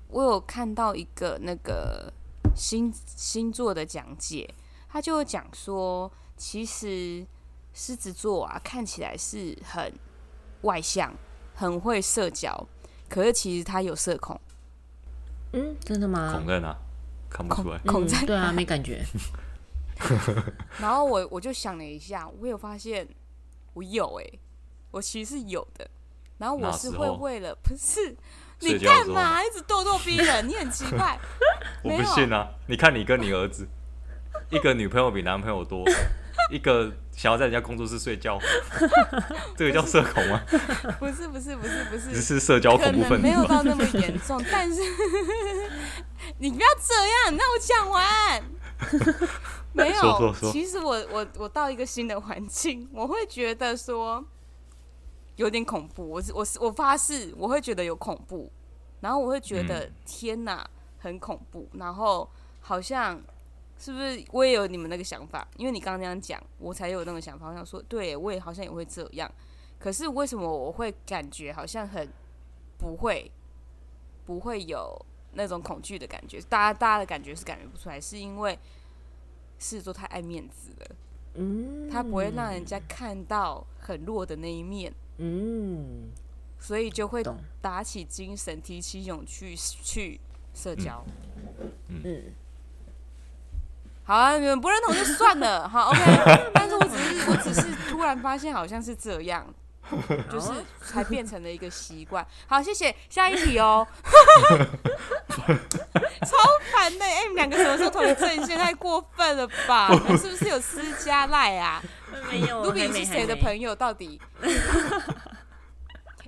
[SPEAKER 2] 我有看到一个那个星星座的讲解，他就有讲说，其实狮子座啊看起来是很外向，很会社交，可是其实他有社恐，
[SPEAKER 3] 嗯，真的吗？
[SPEAKER 1] 恐认啊，看不出来。
[SPEAKER 2] 恐
[SPEAKER 3] 嗯
[SPEAKER 2] 在
[SPEAKER 3] 对啊，没感
[SPEAKER 1] (laughs)
[SPEAKER 3] 觉，
[SPEAKER 2] 然后我我就想了一下，我有发现我有哎、我其实是有的。然后我
[SPEAKER 1] 哪
[SPEAKER 2] 是
[SPEAKER 1] 时
[SPEAKER 2] 会
[SPEAKER 1] 候
[SPEAKER 2] 为了不是你
[SPEAKER 1] 睡觉的
[SPEAKER 2] 干
[SPEAKER 1] 时候
[SPEAKER 2] 嘛一直咄咄逼人？你很奇怪。 (laughs)
[SPEAKER 1] 我
[SPEAKER 2] 没
[SPEAKER 1] 不
[SPEAKER 2] 有
[SPEAKER 1] 信啊！你看你跟你儿子，一个女朋友比男朋友多，一个想要在人家工作室睡觉， (laughs) 这个叫社恐吗？
[SPEAKER 2] 不是不是不是不
[SPEAKER 1] 只
[SPEAKER 2] 是，
[SPEAKER 1] 是社交
[SPEAKER 2] 可
[SPEAKER 1] 恐怖
[SPEAKER 2] 能
[SPEAKER 1] 分
[SPEAKER 2] 没有
[SPEAKER 1] 子吧？
[SPEAKER 2] 到那么严重，
[SPEAKER 1] (laughs)
[SPEAKER 2] 但是 (laughs) 你不要这样，让我讲完。
[SPEAKER 1] (laughs)
[SPEAKER 2] 没有，
[SPEAKER 1] 说说说
[SPEAKER 2] 其实我我我到一个新的环境，我会觉得说有点恐怖。我是我是我发誓，我会觉得有恐怖，然后我会觉得、
[SPEAKER 1] 嗯
[SPEAKER 2] 天哪，很恐怖。然后好像是不是我也有你们那个想法？因为你刚刚那样讲，我才有那个想法。我想说，对我也好像也会这样。可是为什么我会感觉好像很不会，不会有那种恐惧的感觉？大家大家的感觉是感觉不出来，是因为狮子座太爱面子了，
[SPEAKER 3] 嗯，
[SPEAKER 2] 他不会让人家看到很弱的那一面，
[SPEAKER 3] 嗯，
[SPEAKER 2] 所以就会
[SPEAKER 3] 懂
[SPEAKER 2] 打起精神，提起勇气去社交。
[SPEAKER 3] 嗯，
[SPEAKER 2] 好啊，你们不认同就算
[SPEAKER 3] (laughs)
[SPEAKER 2] 了，好 OK。但是我只是我只是突然发现好像是这样，就是
[SPEAKER 3] 好啊
[SPEAKER 2] 才变成了一个习惯。好，谢谢，下一题
[SPEAKER 3] (laughs)
[SPEAKER 2] 哦。超烦的，哎、你们两个什么时候同一阵线？太过分了
[SPEAKER 3] (laughs)
[SPEAKER 2] 吧？你们是不是有私加赖啊？
[SPEAKER 3] 哦没有
[SPEAKER 2] 卢比是谁的朋友？到
[SPEAKER 3] (laughs)
[SPEAKER 2] 底？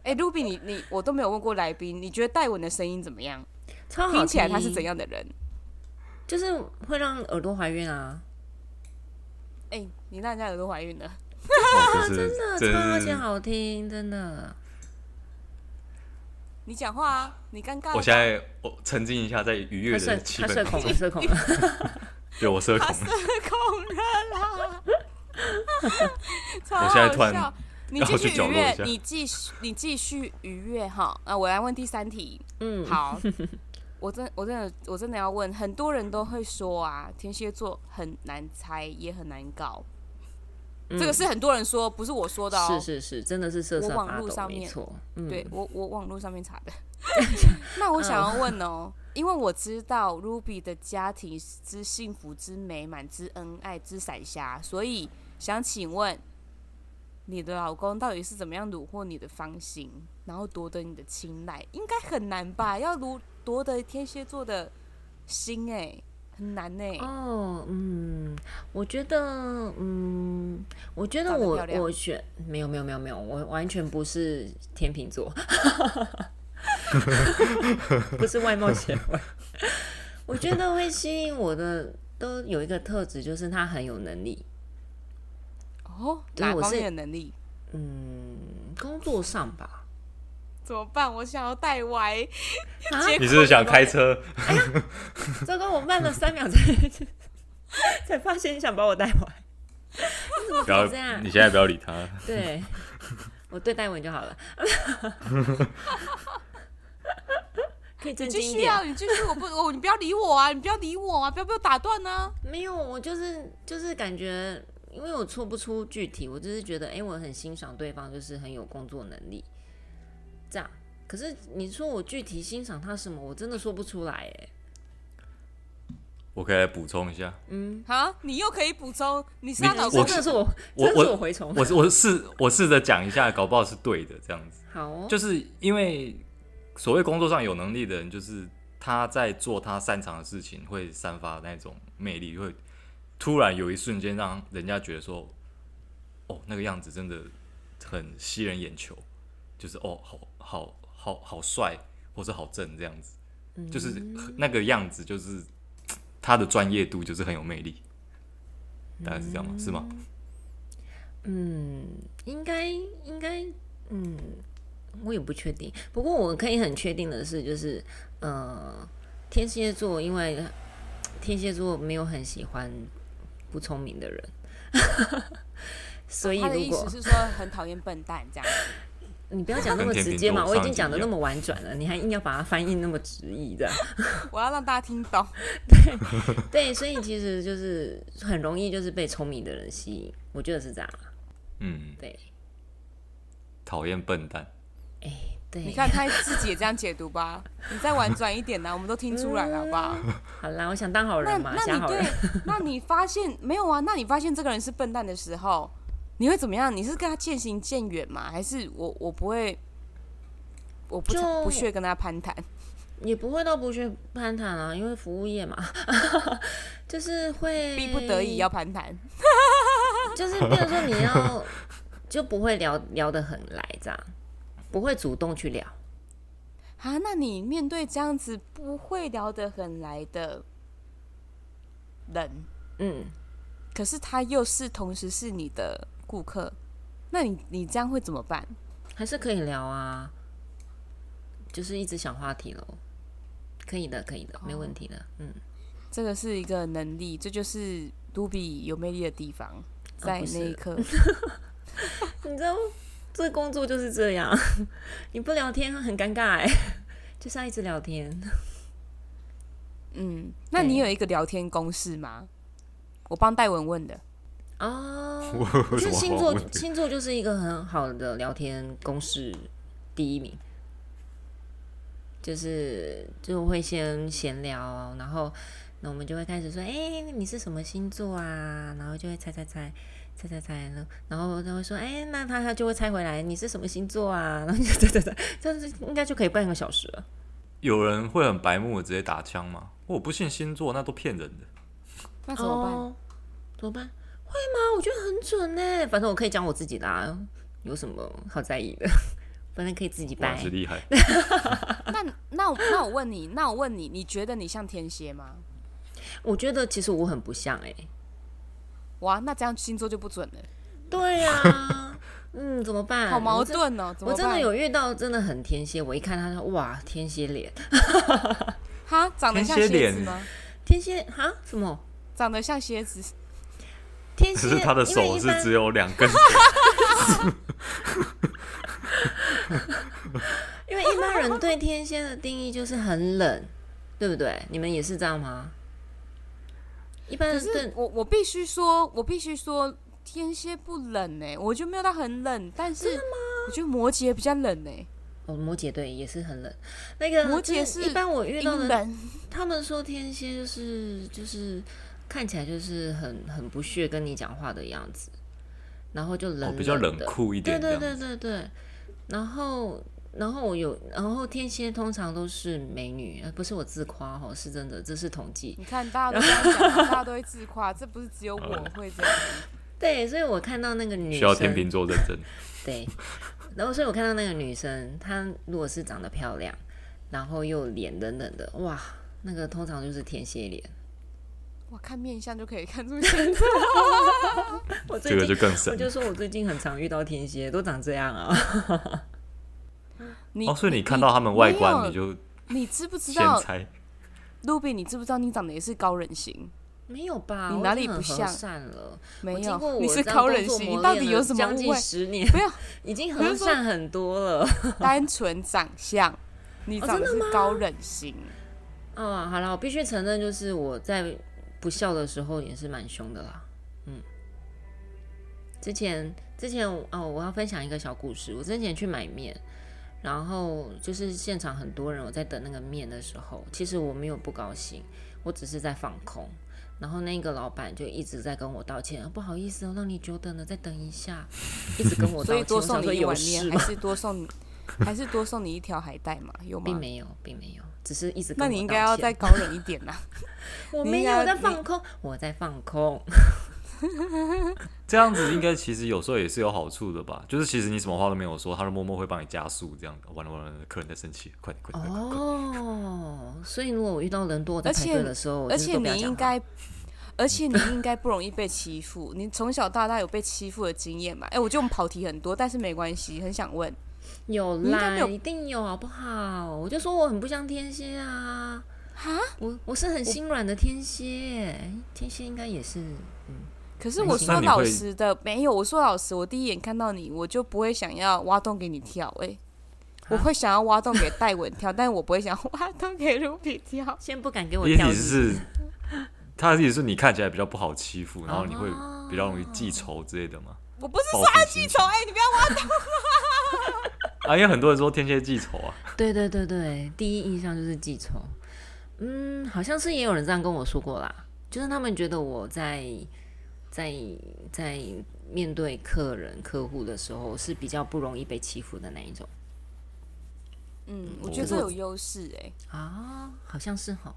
[SPEAKER 2] 哎、卢比，你你我都没有问过来宾，你觉得戴文的声音怎么样？
[SPEAKER 3] 超好
[SPEAKER 2] 听起来他是
[SPEAKER 3] 听
[SPEAKER 2] 怎样的人？
[SPEAKER 3] 就是会让耳朵怀孕啊，
[SPEAKER 2] 哎、你让人家耳朵怀孕了，
[SPEAKER 1] 哦这是
[SPEAKER 3] 真的
[SPEAKER 1] 这
[SPEAKER 3] 超级
[SPEAKER 1] 是
[SPEAKER 3] 好听，真的。
[SPEAKER 2] 你讲话啊，你尴尬了吧。
[SPEAKER 1] 我现在我沉浸一下在愉悦
[SPEAKER 3] 他社
[SPEAKER 1] 的气
[SPEAKER 3] 他社
[SPEAKER 1] 氛
[SPEAKER 3] 恐
[SPEAKER 1] 中，
[SPEAKER 3] 了，社恐了。
[SPEAKER 1] 对我社恐
[SPEAKER 2] 他
[SPEAKER 1] 了
[SPEAKER 2] 社，恐了啦！超好
[SPEAKER 1] 我现在突然
[SPEAKER 2] 笑。
[SPEAKER 1] (laughs)
[SPEAKER 2] 你
[SPEAKER 1] 要
[SPEAKER 2] 继
[SPEAKER 1] 去
[SPEAKER 2] 续
[SPEAKER 1] 角落
[SPEAKER 2] 愉悦
[SPEAKER 1] 一下，
[SPEAKER 2] 你继续，你继续愉悦哈。啊，我来问第三题。
[SPEAKER 3] 嗯， (laughs)
[SPEAKER 2] 好，我真我真的我真的要问，很多人都会说啊，天蝎座很难猜，也很难搞。
[SPEAKER 3] 嗯
[SPEAKER 2] 这个是很多人说，不是我说的哦。
[SPEAKER 3] (laughs) 是是是，真的是瑟瑟
[SPEAKER 2] 我网
[SPEAKER 3] 发
[SPEAKER 2] 络
[SPEAKER 3] 抖，
[SPEAKER 2] 上
[SPEAKER 3] 没
[SPEAKER 2] 面
[SPEAKER 3] 错。嗯，
[SPEAKER 2] 对我我网络上面
[SPEAKER 3] (laughs)
[SPEAKER 2] 查的。 (laughs) 那我想
[SPEAKER 3] 嗯
[SPEAKER 2] 要问哦，因为我知道 Ruby 的家庭之幸福、之美满、之恩爱、之闪瞎，所以想请问你的老公到底是怎么样虏获你的芳心，然后夺得你的青睐？应该很难吧？要如夺得天蝎座的心、哎，很难呢、
[SPEAKER 3] 哦，嗯，我觉得，嗯，我觉得
[SPEAKER 2] 长得
[SPEAKER 3] 我
[SPEAKER 2] 漂亮
[SPEAKER 3] 我选没有没有没有没有，我完全不是天秤
[SPEAKER 2] (laughs)
[SPEAKER 3] 座，不是外貌协会。我觉得会吸引我的都有一个特质，就是他很有能力。
[SPEAKER 2] 哦，
[SPEAKER 3] 对
[SPEAKER 2] 哪
[SPEAKER 3] 我
[SPEAKER 2] 方
[SPEAKER 3] 是
[SPEAKER 2] 面的能力？
[SPEAKER 3] 嗯，工作上吧，
[SPEAKER 2] 怎么办？我想要带歪，
[SPEAKER 3] 啊，
[SPEAKER 1] 你是不是想开车？
[SPEAKER 3] 糟糕，我慢了三秒才 (laughs) 才发现你想把我带坏。
[SPEAKER 1] 不要，
[SPEAKER 3] 这样
[SPEAKER 1] 你现在不要理他。
[SPEAKER 3] 对，我对待文就好了。可以正
[SPEAKER 2] 你
[SPEAKER 3] 经
[SPEAKER 2] 继
[SPEAKER 3] 一
[SPEAKER 2] 续啊！
[SPEAKER 3] 点。
[SPEAKER 2] 你继续，我不，我你不要理我啊！你不要理我啊！不要被我打断啊！
[SPEAKER 3] 没有，我就是就是感觉，因为我说不出具体，我就是觉得，哎、我很欣赏对方，就是很有工作能力，这样。可是你说我具体欣赏他什么，我真的说不出来哎。
[SPEAKER 1] 我可以来补充一下，
[SPEAKER 3] 嗯，
[SPEAKER 2] 啊，你又可以补充，你是
[SPEAKER 1] 你
[SPEAKER 2] 她老
[SPEAKER 1] 我
[SPEAKER 2] 公
[SPEAKER 3] 真的是我，
[SPEAKER 1] 我
[SPEAKER 3] 真的是我蛔虫。
[SPEAKER 1] 我是我试我试着讲一下，搞不好是对的这样子。
[SPEAKER 3] 好、哦，
[SPEAKER 1] 就是因为所谓工作上有能力的人，就是他在做他擅长的事情，会散发那种魅力，会突然有一瞬间让人家觉得说，哦，那个样子真的很吸人眼球，就是哦，好好好好帅，或者好正这样子，就是那个样子，就是嘖他的专业度就是很有魅力，大概是这样吗？是吗？
[SPEAKER 3] 嗯，应该应该，嗯，我也不确定。不过我可以很确定的是，就是呃，天蝎座，因为天蝎座没有很喜欢不聪明的人，所以
[SPEAKER 2] 哦他的
[SPEAKER 3] 如
[SPEAKER 2] 意
[SPEAKER 3] 果
[SPEAKER 2] 思是说很讨厌笨蛋这样。
[SPEAKER 3] 你不要讲那么
[SPEAKER 1] 跟天
[SPEAKER 3] 直
[SPEAKER 1] 秤
[SPEAKER 3] 接嘛，
[SPEAKER 1] 座
[SPEAKER 3] 我已
[SPEAKER 1] 上
[SPEAKER 3] 经
[SPEAKER 1] 集
[SPEAKER 3] 讲的
[SPEAKER 1] 一
[SPEAKER 3] 那
[SPEAKER 1] 样
[SPEAKER 3] 么婉转了，你还硬要把它翻译那么直译的，
[SPEAKER 2] (laughs) 我要让大家听懂。
[SPEAKER 3] (laughs) 对，所以其实就是很容易就是被聪明的人吸引，我觉得是这样啊。
[SPEAKER 1] 嗯，
[SPEAKER 3] 对，哎
[SPEAKER 1] 讨厌笨蛋。
[SPEAKER 3] 对，
[SPEAKER 2] (laughs) 你看他自己也这样解读吧，你再婉转一点呢、我们都听出来了，好不 (laughs) 好？
[SPEAKER 3] 好啦，我想当好
[SPEAKER 2] 那
[SPEAKER 3] 人嘛，
[SPEAKER 2] 那
[SPEAKER 3] 假
[SPEAKER 2] 你
[SPEAKER 3] 好人
[SPEAKER 2] 对。，那你发现没有啊？那你发现这个人是笨蛋的时候，你会怎么样？你是跟他渐行渐远吗？还是我我不会，我不
[SPEAKER 3] 就
[SPEAKER 2] 不屑跟他攀谈？
[SPEAKER 3] 也不会到不去攀谈啊，因为服务业嘛， (laughs) 就是 (laughs) 会
[SPEAKER 2] 逼不得已要，攀谈，
[SPEAKER 3] 就是比如说你要就不会聊聊得很来这样，不会主动去聊。
[SPEAKER 2] 啊，那你面对这样子不会聊得很来的人，
[SPEAKER 3] 嗯，
[SPEAKER 2] 可是他又是同时是你的顾客，那你你这样会怎么办？
[SPEAKER 3] 还是可以聊啊，就是一直想话题喽，可以的，可以的，没问题的。嗯，
[SPEAKER 2] 这个是一个能力，这就是卢比有魅力的地方，在
[SPEAKER 3] 啊不
[SPEAKER 2] 那
[SPEAKER 3] 是
[SPEAKER 2] 一
[SPEAKER 3] (laughs)
[SPEAKER 2] 刻。
[SPEAKER 3] 你知道这工作就是这样， (laughs) 你不聊天很尴尬哎、 (laughs) 就是要一直聊天。 (laughs)
[SPEAKER 2] 嗯，那你有一个聊天公式吗？我帮戴文问的。
[SPEAKER 3] 哦，
[SPEAKER 1] 为
[SPEAKER 3] 我觉
[SPEAKER 1] 什
[SPEAKER 3] 得
[SPEAKER 1] 么
[SPEAKER 3] 星
[SPEAKER 1] (laughs) 我
[SPEAKER 3] 座
[SPEAKER 1] 问这个
[SPEAKER 3] 星座就是一个很好的聊天公式第一名，就是就会先闲聊，然后那我们就会开始说，哎、你是什么星座啊？然后就会猜猜猜。猜猜猜，然后他会说，哎、那他他就会猜回来，你是什么星座啊？然后就猜猜猜，这样子应该就可以半个小时了。
[SPEAKER 1] 有人会很白目的直接打枪吗？我不信星座，那都骗人的。
[SPEAKER 2] 那怎么办？
[SPEAKER 3] 哦怎么办？会吗？我觉得很准呢。反正我可以讲我自己的、啊，有什么好在意的？ (laughs) 反正可以自己
[SPEAKER 1] 果然
[SPEAKER 3] 掰
[SPEAKER 1] 是。厉害。
[SPEAKER 2] 那那我那我问你，那我问你，你觉得你像天蝎吗？
[SPEAKER 3] 我觉得其实我很不像哎、
[SPEAKER 2] 哇，那这样星座就不准了，
[SPEAKER 3] 对呀、啊， (laughs) 嗯，怎么办？
[SPEAKER 2] 好矛
[SPEAKER 3] 我真。
[SPEAKER 2] 盾哦、怎么办？
[SPEAKER 3] 我真的有遇到真的很天蝎，我一看他说哇天蝎脸，
[SPEAKER 2] 哈，长得
[SPEAKER 1] 天
[SPEAKER 2] 像
[SPEAKER 1] 蝎
[SPEAKER 2] 蝎子
[SPEAKER 1] 脸
[SPEAKER 2] 吗？
[SPEAKER 3] 天蝎哈什么
[SPEAKER 2] 长得像蝎子，
[SPEAKER 3] 天
[SPEAKER 1] 可
[SPEAKER 3] 蝎？
[SPEAKER 1] 是他的
[SPEAKER 3] 因为
[SPEAKER 1] 手
[SPEAKER 3] 一
[SPEAKER 1] 是
[SPEAKER 3] 般
[SPEAKER 1] 只有两
[SPEAKER 3] (laughs)
[SPEAKER 1] 根，
[SPEAKER 3] 因为一般人对天蝎的定义就是很冷，对不对？你们也是这样吗？一般
[SPEAKER 2] 可
[SPEAKER 3] 人
[SPEAKER 2] 是
[SPEAKER 3] 对
[SPEAKER 2] 我我必须说，我必须说，天蝎不冷呢、我就没有到很冷，但是我觉得摩羯比较冷欸呢、
[SPEAKER 3] 哦摩羯对也是很冷，那个
[SPEAKER 2] 摩
[SPEAKER 3] 就是
[SPEAKER 2] 羯是
[SPEAKER 3] 一般我遇到
[SPEAKER 2] 阴
[SPEAKER 3] 的，
[SPEAKER 2] 冷，
[SPEAKER 3] 他们说天蝎就是就是看起来就是很很不屑跟你讲话的样子，然后就
[SPEAKER 1] 哦
[SPEAKER 3] 冷冷，
[SPEAKER 1] 比较冷
[SPEAKER 3] 的
[SPEAKER 1] 酷一点这
[SPEAKER 3] 对
[SPEAKER 1] 样
[SPEAKER 3] 对
[SPEAKER 1] 子。
[SPEAKER 3] 对对对，然后然后我有，然后天蝎通常都是美女，呃不是我自夸哈，是真的，这是统计。
[SPEAKER 2] 你看大
[SPEAKER 1] (laughs)
[SPEAKER 2] 家都这样讲，大家都会自夸，这不是只有
[SPEAKER 1] 嗯
[SPEAKER 2] 我会这样。
[SPEAKER 3] 对，所以我看到那个女生，
[SPEAKER 1] 需要天秤座认真。
[SPEAKER 3] 对，然后所以我看到那个女生，她如果是长得漂亮，然后又脸冷冷的，哇，那个通常就是天蝎脸。
[SPEAKER 2] 哇，看面相就可以
[SPEAKER 3] (laughs)
[SPEAKER 2] 看出星
[SPEAKER 1] 哦
[SPEAKER 2] 座。
[SPEAKER 3] 我最
[SPEAKER 1] 这个
[SPEAKER 3] 近
[SPEAKER 1] 就更
[SPEAKER 3] 我
[SPEAKER 1] 神
[SPEAKER 3] 就说我最近很常遇到天蝎，都长这样啊。
[SPEAKER 2] 你
[SPEAKER 1] 哦，所以你看到他们外观，
[SPEAKER 2] 没
[SPEAKER 1] 你就
[SPEAKER 2] 你知不知
[SPEAKER 1] 先
[SPEAKER 2] 道
[SPEAKER 3] (laughs)
[SPEAKER 1] 猜。
[SPEAKER 2] ，Ruby？你知不知道你长得也是高人型？
[SPEAKER 3] (laughs) 没有吧？
[SPEAKER 2] 你
[SPEAKER 3] 我
[SPEAKER 2] 哪
[SPEAKER 3] 已经
[SPEAKER 2] 里
[SPEAKER 3] 很
[SPEAKER 2] 不
[SPEAKER 3] 和
[SPEAKER 2] 像
[SPEAKER 3] 善了？
[SPEAKER 2] 没
[SPEAKER 3] 我经过
[SPEAKER 2] 有，
[SPEAKER 3] 我
[SPEAKER 2] 你是
[SPEAKER 3] 这样
[SPEAKER 2] 高
[SPEAKER 3] 工
[SPEAKER 2] 人
[SPEAKER 3] 作
[SPEAKER 2] 型，
[SPEAKER 3] 磨
[SPEAKER 2] 你到底
[SPEAKER 3] 练
[SPEAKER 2] 有
[SPEAKER 3] 了
[SPEAKER 2] 什么
[SPEAKER 3] 将
[SPEAKER 2] 误
[SPEAKER 3] 近 (laughs)
[SPEAKER 2] 会？
[SPEAKER 3] 十年，
[SPEAKER 2] 不要
[SPEAKER 3] 已经
[SPEAKER 2] 比
[SPEAKER 3] 和
[SPEAKER 2] 如说
[SPEAKER 3] 善很多了。
[SPEAKER 2] 单纯长相，你
[SPEAKER 3] 哦
[SPEAKER 2] 长
[SPEAKER 3] 真
[SPEAKER 2] 得
[SPEAKER 3] 的
[SPEAKER 2] 是高人型。
[SPEAKER 3] 哦，好了，我必须承认，就是我在不孝的时候也是蛮凶的啦。嗯，之前之前哦，我要分享一个小故事。我之前去买面，然后就是现场很多人，我在等那个面的时候，其实我没有不高兴，我只是在放空。然后那个老板就一直在跟我道歉，啊不好意思哦，让你久等了，再等一下，一直跟我道
[SPEAKER 2] (laughs) 所
[SPEAKER 3] 歉。
[SPEAKER 2] 以多
[SPEAKER 3] 我想
[SPEAKER 2] 送
[SPEAKER 3] 说
[SPEAKER 2] 你一
[SPEAKER 3] 有
[SPEAKER 2] 碗
[SPEAKER 3] 事
[SPEAKER 2] 面，
[SPEAKER 3] 吗
[SPEAKER 2] 还？是多送你， (laughs) 还是多送你一条海带嘛？有
[SPEAKER 3] 并
[SPEAKER 2] 吗？
[SPEAKER 3] 没有，并没有，只是一直跟
[SPEAKER 2] 那
[SPEAKER 3] 我
[SPEAKER 2] 你应
[SPEAKER 3] 道
[SPEAKER 2] 该要
[SPEAKER 3] 歉 (laughs)
[SPEAKER 2] 再高冷一点呐、
[SPEAKER 3] 我
[SPEAKER 2] 你
[SPEAKER 3] 没
[SPEAKER 2] 应
[SPEAKER 3] 有
[SPEAKER 2] 该
[SPEAKER 3] 在
[SPEAKER 2] 你
[SPEAKER 3] 放空，我在放空。
[SPEAKER 1] 这样子应该其实有时候也是有好处的吧，就是其实你什么话都没有说，他就默默会帮你加速这样的。完了完了，客人在生气，快点
[SPEAKER 2] 哦
[SPEAKER 1] 快点快点！快点
[SPEAKER 3] 哦，所以如果我遇到人多我在
[SPEAKER 2] 而
[SPEAKER 3] 排
[SPEAKER 2] 且
[SPEAKER 3] 队的时候，我
[SPEAKER 2] 而
[SPEAKER 3] 就是
[SPEAKER 2] 且
[SPEAKER 3] 都不要
[SPEAKER 2] 你
[SPEAKER 3] 讲
[SPEAKER 2] 应
[SPEAKER 3] 话
[SPEAKER 2] 该，而且你应该不容易被欺负。你从小到大有被欺负的经验嘛？哎、我觉得我们跑题很多，但是没关系，很想问，
[SPEAKER 3] 有
[SPEAKER 2] 你应该
[SPEAKER 3] 啦，
[SPEAKER 2] 没有
[SPEAKER 3] 一定有好不好？我就说我很不像天蝎啊，
[SPEAKER 2] 哈，
[SPEAKER 3] 我我是很心软的天蝎，天蝎应该也是
[SPEAKER 2] 可是
[SPEAKER 3] 没
[SPEAKER 2] 我
[SPEAKER 3] 事
[SPEAKER 2] 说
[SPEAKER 1] 那你
[SPEAKER 2] 老
[SPEAKER 1] 会
[SPEAKER 2] 实的，没有，我说老实，我第一眼看到你，我就不会想要挖洞给你跳、哎。
[SPEAKER 3] 啊
[SPEAKER 2] 我会想要挖洞给戴文跳，但是我不会想要 (laughs) 挖洞给 Ruby 跳。
[SPEAKER 3] 先不敢给我
[SPEAKER 1] 也
[SPEAKER 3] 跳
[SPEAKER 1] 许
[SPEAKER 3] 进去。
[SPEAKER 1] 是他的意思是你看起来比较不好欺负，然后你会比较容易
[SPEAKER 3] 哦
[SPEAKER 1] 记仇之类的嘛。
[SPEAKER 2] 我不是
[SPEAKER 1] 报
[SPEAKER 2] 说
[SPEAKER 1] 复
[SPEAKER 2] 要
[SPEAKER 1] 心
[SPEAKER 2] 记
[SPEAKER 1] 情
[SPEAKER 2] 仇，
[SPEAKER 3] 欸
[SPEAKER 2] 哎、你不要
[SPEAKER 1] 啊，因为很多人说天蝎记仇啊，
[SPEAKER 3] 对对对对，第一印象就是记仇。嗯，好像是也有人这样跟我说过啦，就是他们觉得我在在在面对客人、客户的时候是比较不容易被欺负的那一种
[SPEAKER 2] 嗯，我
[SPEAKER 1] 我
[SPEAKER 2] 觉得这有优势哎，
[SPEAKER 3] 啊，好像是哈。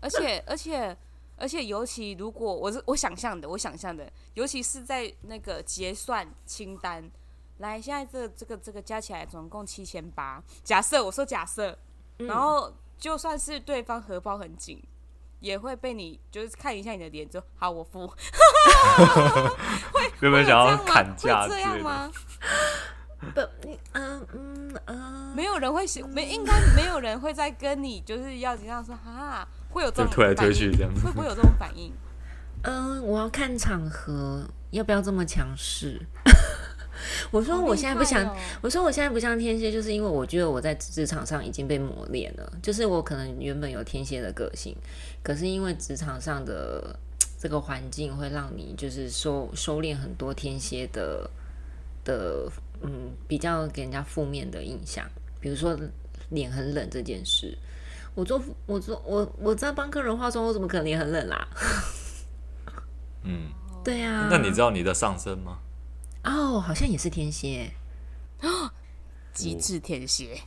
[SPEAKER 2] 而且而且而且，尤其如果我是我想象的，我想象的，尤其是在那个结算清单，来，现在这个这个这个加起来总共七千八，假设我说假设，
[SPEAKER 3] 嗯
[SPEAKER 2] 然后就算是对方荷包很紧。也会被你就是看一下你的脸，就好，
[SPEAKER 1] (laughs)
[SPEAKER 2] 我付。
[SPEAKER 1] 有没有
[SPEAKER 2] 会有这
[SPEAKER 1] 想要
[SPEAKER 2] 样吗
[SPEAKER 1] 砍价
[SPEAKER 2] 会
[SPEAKER 1] 之
[SPEAKER 2] 这
[SPEAKER 1] 类
[SPEAKER 2] 样
[SPEAKER 1] 的？
[SPEAKER 2] 吗？
[SPEAKER 3] 不，嗯嗯嗯，
[SPEAKER 2] 没有人会喜，没应该没有人会再跟你就是要这样说哈，会有这种
[SPEAKER 1] 就推来推
[SPEAKER 2] 反应
[SPEAKER 1] 去这样
[SPEAKER 2] 会不会有这种反应？
[SPEAKER 3] 嗯，我要看场合，要不要这么强势？ (laughs) 我说
[SPEAKER 2] 好
[SPEAKER 3] 我
[SPEAKER 2] 厉
[SPEAKER 3] 现在不
[SPEAKER 2] 害
[SPEAKER 3] 想，
[SPEAKER 2] 哦
[SPEAKER 3] 我说我现在不像天蝎，就是因为我觉得我在职场上已经被磨练了，就是我可能原本有天蝎的个性，可是因为职场上的这个环境会让你就是收收敛很多天蝎的的嗯比较给人家负面的印象，比如说脸很冷这件事。我做我做我我在帮客人化妆，我怎么可能脸很冷啦、
[SPEAKER 1] 嗯，
[SPEAKER 3] 对呀、
[SPEAKER 1] 那你知道你的上身吗？
[SPEAKER 3] 哦，好像也是天蝎，
[SPEAKER 2] 极致天蝎，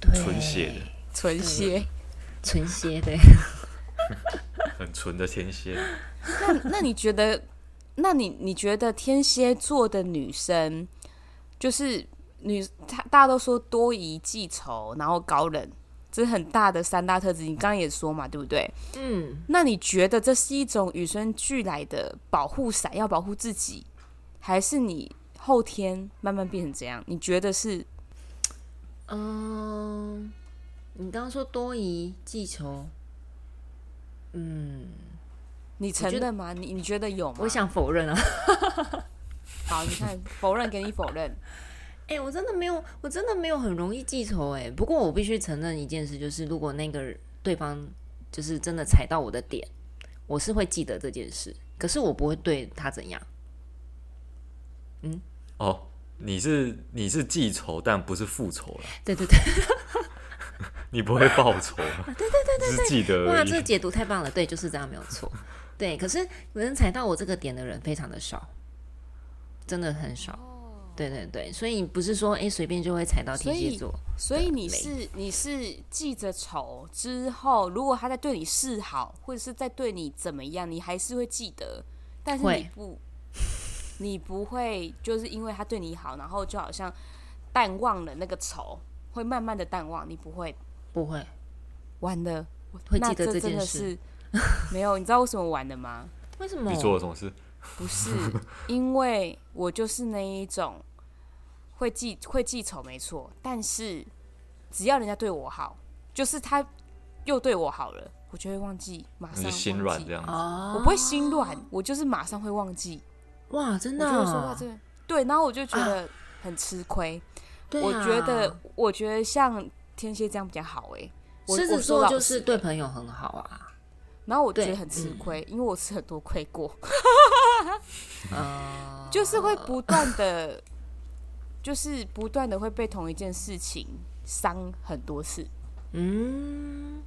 [SPEAKER 3] 对，
[SPEAKER 1] 纯血的，
[SPEAKER 2] 纯 (laughs) 蝎。
[SPEAKER 3] 纯蝎
[SPEAKER 1] (laughs)
[SPEAKER 3] 对。
[SPEAKER 1] 很纯的天蝎。
[SPEAKER 2] 那你觉得？那你你觉得天蝎座的女生，就是女，她大家都说多疑、记仇，然后高冷，这是很大的三大特质。你刚刚也说嘛，对不对？
[SPEAKER 3] 嗯，
[SPEAKER 2] 那你觉得这是一种与生俱来的保护伞，要保护自己，还是你后天慢慢变成这样？你觉得是
[SPEAKER 3] 嗯，你刚刚说多疑、记仇，嗯，
[SPEAKER 2] 你承认吗？你你觉得有吗？
[SPEAKER 3] 我想否认啊。
[SPEAKER 2] 好，你看否认给你否认，
[SPEAKER 3] 哎、我真的没有，我真的没有很容易记仇哎、不过我必须承认一件事，就是如果那个对方就是真的踩到我的点，我是会记得这件事，可是我不会对他怎样。
[SPEAKER 1] 哦，你是你是记仇，但不是复仇了，
[SPEAKER 3] 对对对，
[SPEAKER 1] 你不会报仇啊， (laughs) 对对对对，只是记得
[SPEAKER 3] (laughs) 哇，
[SPEAKER 1] 而
[SPEAKER 3] 这个
[SPEAKER 1] 已。
[SPEAKER 3] 解读太棒了，对，就是这样，没有错。对，可是能踩到我这个点的人非常的少，真的很少。对对对，所以不是说哎随、便就会踩到天
[SPEAKER 2] 所
[SPEAKER 3] 蝎
[SPEAKER 2] 以
[SPEAKER 3] 座，
[SPEAKER 2] 所以你
[SPEAKER 3] 没
[SPEAKER 2] 是你是记着仇之后，如果他在对你示好，或者是在对你怎么样，你还是会记得，但是你
[SPEAKER 3] 会
[SPEAKER 2] 不， (laughs) 你不会就是因为他对你好，然后就好像淡忘了那个仇，会慢慢的淡忘，你不会
[SPEAKER 3] 不会
[SPEAKER 2] 完了，
[SPEAKER 3] 会
[SPEAKER 2] 那
[SPEAKER 3] 记得
[SPEAKER 2] 这真
[SPEAKER 3] 件
[SPEAKER 2] 的
[SPEAKER 3] 事。
[SPEAKER 2] 是
[SPEAKER 3] (laughs)
[SPEAKER 2] 没有，你知道为什么完的吗？
[SPEAKER 3] 为什么？
[SPEAKER 1] 你做了什么事？
[SPEAKER 2] 不是，因为我就是那一种会记会记仇，没错。但是只要人家对我好，就是他又对我好了，我就会忘记，马
[SPEAKER 1] 你
[SPEAKER 2] 上
[SPEAKER 1] 就心
[SPEAKER 2] 忘
[SPEAKER 1] 软
[SPEAKER 2] 记
[SPEAKER 1] 这。样子，
[SPEAKER 2] 我
[SPEAKER 3] 哦，
[SPEAKER 2] 不会心软，我就是马上会忘记。
[SPEAKER 3] 哇，真
[SPEAKER 2] 我
[SPEAKER 3] 的
[SPEAKER 2] 就
[SPEAKER 3] 啊、
[SPEAKER 2] 会说哇，这对，然后我就觉得很吃亏。
[SPEAKER 3] 对啊
[SPEAKER 2] 我觉得，我觉得像天蝎这样比较好哎、我
[SPEAKER 3] 狮
[SPEAKER 2] 我
[SPEAKER 3] 子
[SPEAKER 2] 说
[SPEAKER 3] 座
[SPEAKER 2] 老
[SPEAKER 3] 就是
[SPEAKER 2] 实
[SPEAKER 3] 对朋友很好啊。
[SPEAKER 2] 然后我觉得
[SPEAKER 3] 对嗯
[SPEAKER 2] 很吃亏，因为我吃很多亏过。 (laughs)
[SPEAKER 3] 呃，
[SPEAKER 2] 就是会不断的，就是不断的会被同一件事情伤很多次，
[SPEAKER 3] 嗯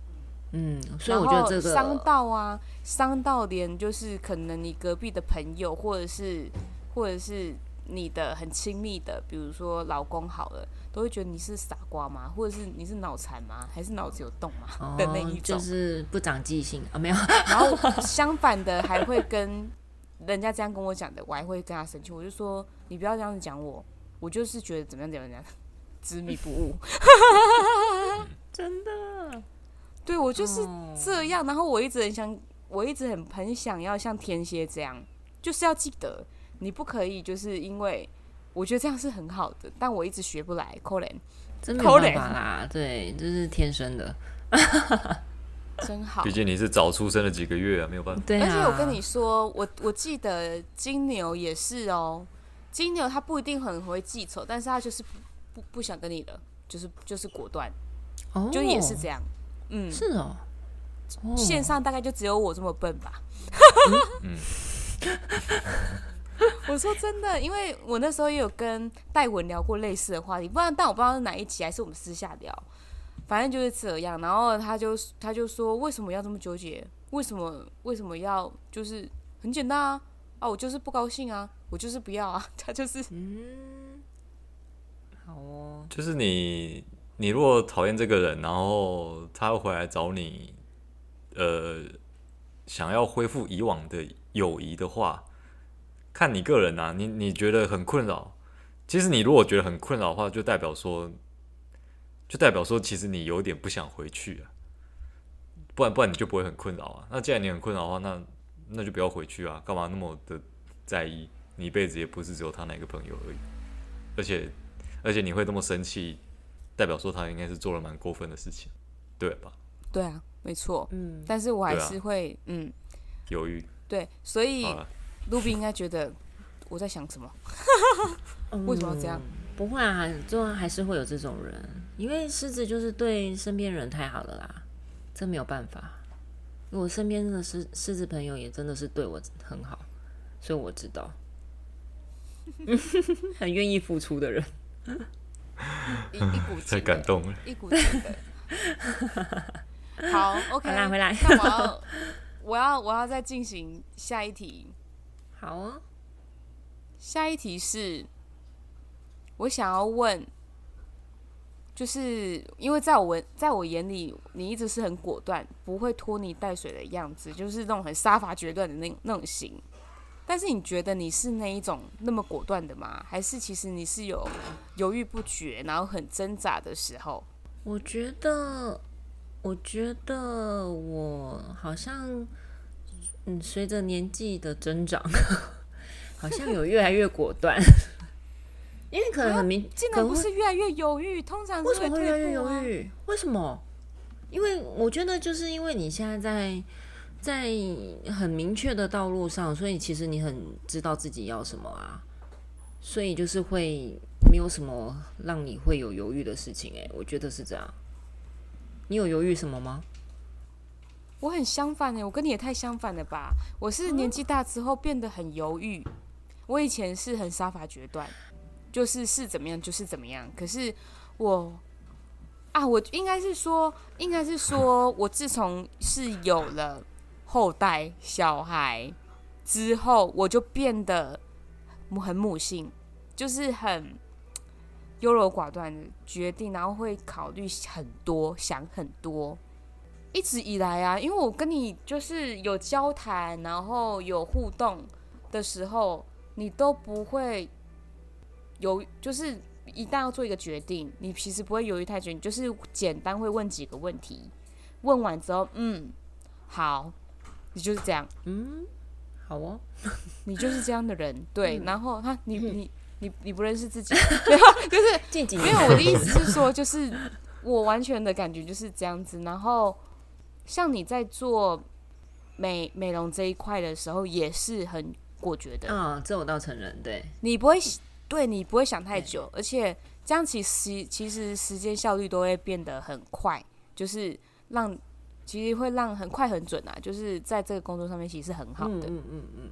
[SPEAKER 3] 嗯，所以
[SPEAKER 2] 然
[SPEAKER 3] 我
[SPEAKER 2] 后
[SPEAKER 3] 觉得这个
[SPEAKER 2] 伤到啊，伤到连就是可能你隔壁的朋友，或者是或者是你的很亲密的，比如说老公好了，都会觉得你是傻瓜吗？或者是你是脑残吗？还是脑子有洞吗？ (laughs)
[SPEAKER 3] 哦
[SPEAKER 2] 的那一种。
[SPEAKER 3] 就是不长记性啊，
[SPEAKER 2] (laughs)
[SPEAKER 3] 没有，
[SPEAKER 2] 然后相反的还会跟人家这样跟我讲的，我还会跟他生气，我就说你不要这样子讲我，我就是觉得怎么样怎么样，执迷不悟。
[SPEAKER 3] 真的
[SPEAKER 2] 对我就是
[SPEAKER 3] 嗯
[SPEAKER 2] 这样，然后我一直很想，我一直很很想要像天蝎这样，就是要记得你不可以，就是因为我觉得这样是很好的，但我一直学不来。Colin
[SPEAKER 3] 真没有
[SPEAKER 2] 抠
[SPEAKER 3] 办
[SPEAKER 2] 脸
[SPEAKER 3] 法啦，对，这是天生的，
[SPEAKER 2] 真好
[SPEAKER 1] 毕，竟你是早出生了几个月啊，没有办法。
[SPEAKER 3] 对、啊。
[SPEAKER 2] 而且我跟你说，我我记得金牛也是哦，金牛他不一定很会记仇，但是他就是不不不想跟你了，就是就是果断，
[SPEAKER 3] 哦，
[SPEAKER 2] 就也是这样。嗯，
[SPEAKER 3] 是哦，哦
[SPEAKER 2] 线上大概就只有我这么笨吧。
[SPEAKER 1] 嗯
[SPEAKER 2] (laughs) 我说真的，因为我那时候也有跟戴文聊过类似的话题，不然但我不知道是哪一集，还是我们私下聊，反正就是这样。然后他就他就说，为什么要这么纠结？为什么为什么要就是很简单啊啊，我就是不高兴啊，我就是不要啊， (laughs) 他就是
[SPEAKER 3] 嗯，好哦，
[SPEAKER 1] 就是你，你如果讨厌这个人，然后他又回来找你，呃，想要恢复以往的友谊的话，看你个人啊，你你觉得很困扰。其实你如果觉得很困扰的话，就代表说，就代表说，其实你有点不想回去啊。不然不然你就不会很困扰啊。那既然你很困扰的话，那那就不要回去啊，干嘛那么的在意？你一辈子也不是只有他那个朋友而已，而且而且你会这么生气，代表说他应该是做了蛮过分的事情，对吧？
[SPEAKER 2] 对啊，没错。
[SPEAKER 3] 嗯，
[SPEAKER 2] 但是我还
[SPEAKER 1] 对啊
[SPEAKER 2] 是会、嗯，
[SPEAKER 1] 犹豫，
[SPEAKER 2] 对，所
[SPEAKER 3] 嗯
[SPEAKER 2] 以
[SPEAKER 1] 好了，啊
[SPEAKER 2] 卢比应该觉得我在想什么。为什么要这样
[SPEAKER 3] 嗯？不会啊，就还是会有这种人，因为狮子就是对身边人太好了啦，这没有办法。我身边的狮狮子朋友也真的是对我很好，所以我知
[SPEAKER 2] (laughs)
[SPEAKER 3] 道，很愿意付出的人。
[SPEAKER 1] (laughs)
[SPEAKER 2] 一一股劲
[SPEAKER 1] 太
[SPEAKER 2] 的
[SPEAKER 1] 感动了。
[SPEAKER 2] 一股劲的。
[SPEAKER 3] (laughs)
[SPEAKER 2] 好，OK，
[SPEAKER 3] 回来回来
[SPEAKER 2] 那我要，我要，我要再进行下一题。
[SPEAKER 3] 好哦，
[SPEAKER 2] 下一题是，我想要问，就是因为在我文，在我眼里，你一直是很果断，不会拖泥带水的样子，就是那种很杀伐决断的那那种型。但是你觉得你是那一种那么果断的吗？还是其实你是有犹豫不决，然后很挣扎的时候？
[SPEAKER 3] 我觉得，我觉得我好像，嗯，随着年纪的增长， (laughs) 好像有越来越果断， (laughs) 因为可能很明，
[SPEAKER 2] 啊竟
[SPEAKER 3] 可
[SPEAKER 2] 然
[SPEAKER 3] 能
[SPEAKER 2] 不
[SPEAKER 3] 会
[SPEAKER 2] 是越来越犹豫，通常
[SPEAKER 3] 为
[SPEAKER 2] 是
[SPEAKER 3] 什么会
[SPEAKER 2] 退
[SPEAKER 3] 越来越
[SPEAKER 2] 步
[SPEAKER 3] 犹
[SPEAKER 2] 啊。
[SPEAKER 3] 豫？为什么？因为我觉得就是因为你现在在在很明确的道路上，所以其实你很知道自己要什么啊，所以就是会没有什么让你会有犹豫的事情、欸。我觉得是这样。你有犹豫什么吗？
[SPEAKER 2] 我很相反哎、我跟你也太相反了吧？我是年纪大之后变得很犹豫，我以前是很杀伐决断，就是是怎么样就是怎么样。可是我啊，我应该是说，应该是说我自从是有了后代小孩之后，我就变得很母性，就是很。优柔寡断的决定，然后会考虑很多，想很多，一直以来啊，因为我跟你就是有交谈，然后有互动的时候，你都不会有，就是一旦要做一个决定，你其实不会犹豫太久，你就是简单会问几个问题，问完之后，嗯，好，你就是这样，
[SPEAKER 3] 嗯，好哦。
[SPEAKER 2] 你就是这样的人，对，然后他你你你你不认识自己，就是
[SPEAKER 3] 近几
[SPEAKER 2] (laughs) 没
[SPEAKER 3] 年
[SPEAKER 2] 有，我的意思是说，就是我完全的感觉就是这样子。然后像你在做美美容这一块的时候，也是很果决的，
[SPEAKER 3] 啊，这我倒承认，对，
[SPEAKER 2] 你不会对你不会想太久，而且这样其实其实时间效率都会变得很快，就是让其实会让很快很准啊，就是在这个工作上面其实很好
[SPEAKER 3] 嗯
[SPEAKER 2] 的。
[SPEAKER 3] 嗯嗯嗯，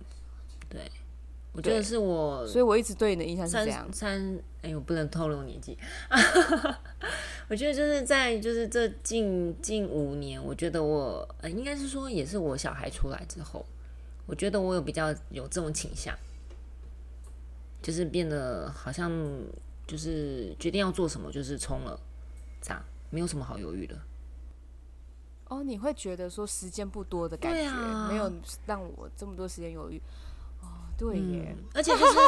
[SPEAKER 3] 对，我觉得
[SPEAKER 2] 对
[SPEAKER 3] 是我
[SPEAKER 2] 所以我一直对你的印象是
[SPEAKER 3] 三
[SPEAKER 2] 这样。
[SPEAKER 3] 三，哎呦，不能透露年纪。 (laughs) 我觉得就是在就是这近近五年，我觉得我呃，应该是说也是我小孩出来之后，我觉得我有比较有这种倾向，就是变得好像就是决定要做什么就是冲了，这样没有什么好犹豫的。
[SPEAKER 2] 哦，你会觉得说时间不多的感
[SPEAKER 3] 对
[SPEAKER 2] 觉，
[SPEAKER 3] 啊
[SPEAKER 2] 没有让我这么多时间犹豫。哦，对耶，
[SPEAKER 3] 嗯，而且就是
[SPEAKER 2] 为什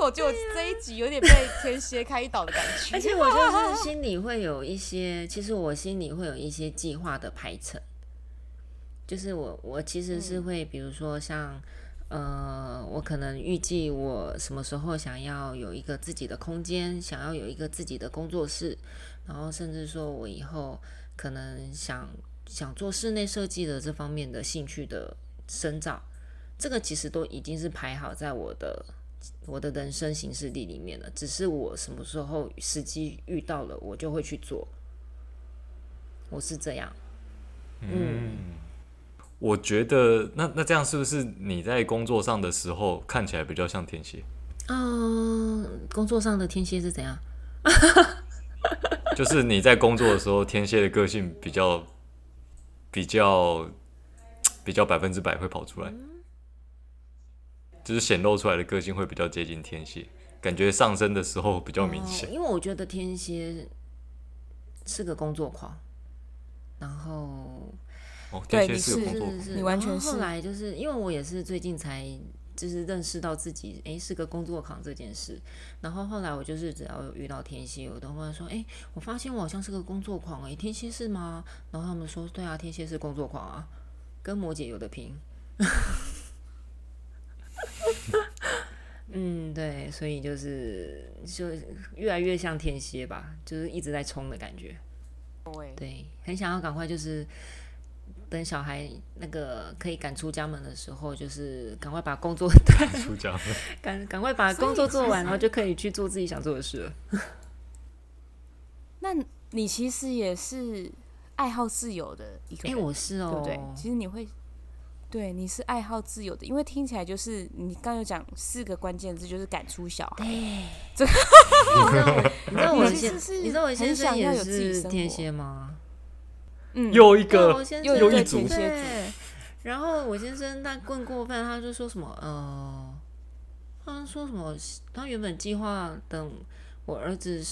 [SPEAKER 2] 么我觉得我这一集有点被天蝎开导的感 (laughs) 觉？
[SPEAKER 3] 而且我就是心里会有一些，其实我心里会有一些计划的排程，就是我我其实是会，比如说像呃，我可能预计我什么时候想要有一个自己的空间，想要有一个自己的工作室，然后甚至说我以后可能想想做室内设计的这方面的兴趣的深造，这个其实都已经是排好在我的我的人生行事历里面了，只是我什么时候时机遇到了，我就会去做。我是这样，
[SPEAKER 1] 嗯，我觉得那那这样是不是你在工作上的时候看起来比较像天蝎？
[SPEAKER 3] 嗯、工作上的天蝎是怎样？
[SPEAKER 1] 就是你在工作的时候，天蝎的个性比较比较比较百分之百会跑出来，就是显露出来的个性会比较接近天蝎，感觉上升的时候比较明显
[SPEAKER 3] 哦。因为我觉得天蝎是个工作狂，然后
[SPEAKER 1] 哦，
[SPEAKER 2] 对
[SPEAKER 1] 天蝎是
[SPEAKER 2] 你
[SPEAKER 1] 有
[SPEAKER 2] 是
[SPEAKER 1] 工作
[SPEAKER 3] 是是，
[SPEAKER 2] 你完
[SPEAKER 3] 然后
[SPEAKER 2] 全是
[SPEAKER 3] 后来就是因为我也是最近才就是认识到自己诶是个工作狂这件事，然后后来我就是只要有遇到天蝎，我都会说诶，我发现我好像是个工作狂诶，天蝎是吗？然后他们说对啊，天蝎是工作狂啊，跟摩羯有的拼。 (laughs) 嗯，对，所以就是就越来越像天蝎吧，就是一直在冲的感觉。
[SPEAKER 2] 对
[SPEAKER 3] 对，很想要赶快就是等小孩那个呃可以赶出家门的时候，就是赶快把工作 (laughs)
[SPEAKER 1] 出家门。
[SPEAKER 3] 赶赶快把工作做完，然后就可以去做自己想做的事 (laughs) 了。
[SPEAKER 2] 那你其实也是爱好自由的一个
[SPEAKER 3] 哎、
[SPEAKER 2] 人，
[SPEAKER 3] 我是哦
[SPEAKER 2] 对，不对？其实你会，对，你是爱好自由的，因为听起来就是你刚有讲四个关键字，就是赶出小孩。
[SPEAKER 3] 你知道哎我
[SPEAKER 2] 你其
[SPEAKER 3] 先
[SPEAKER 2] 实是
[SPEAKER 3] 你知道我先
[SPEAKER 2] 很
[SPEAKER 3] 生
[SPEAKER 2] 想
[SPEAKER 3] 也
[SPEAKER 2] 要有自己
[SPEAKER 3] 是
[SPEAKER 2] 生活
[SPEAKER 3] 天蝎吗？
[SPEAKER 2] 嗯，
[SPEAKER 1] 又一
[SPEAKER 3] 对，
[SPEAKER 1] 个 (laughs)
[SPEAKER 3] 我先
[SPEAKER 2] 又
[SPEAKER 3] 生
[SPEAKER 1] 有一
[SPEAKER 2] 对
[SPEAKER 1] 组
[SPEAKER 2] 天蝎座。
[SPEAKER 3] 对，然后我先生他更过分，他就说什么呃，他说什么，他原本计划等我儿子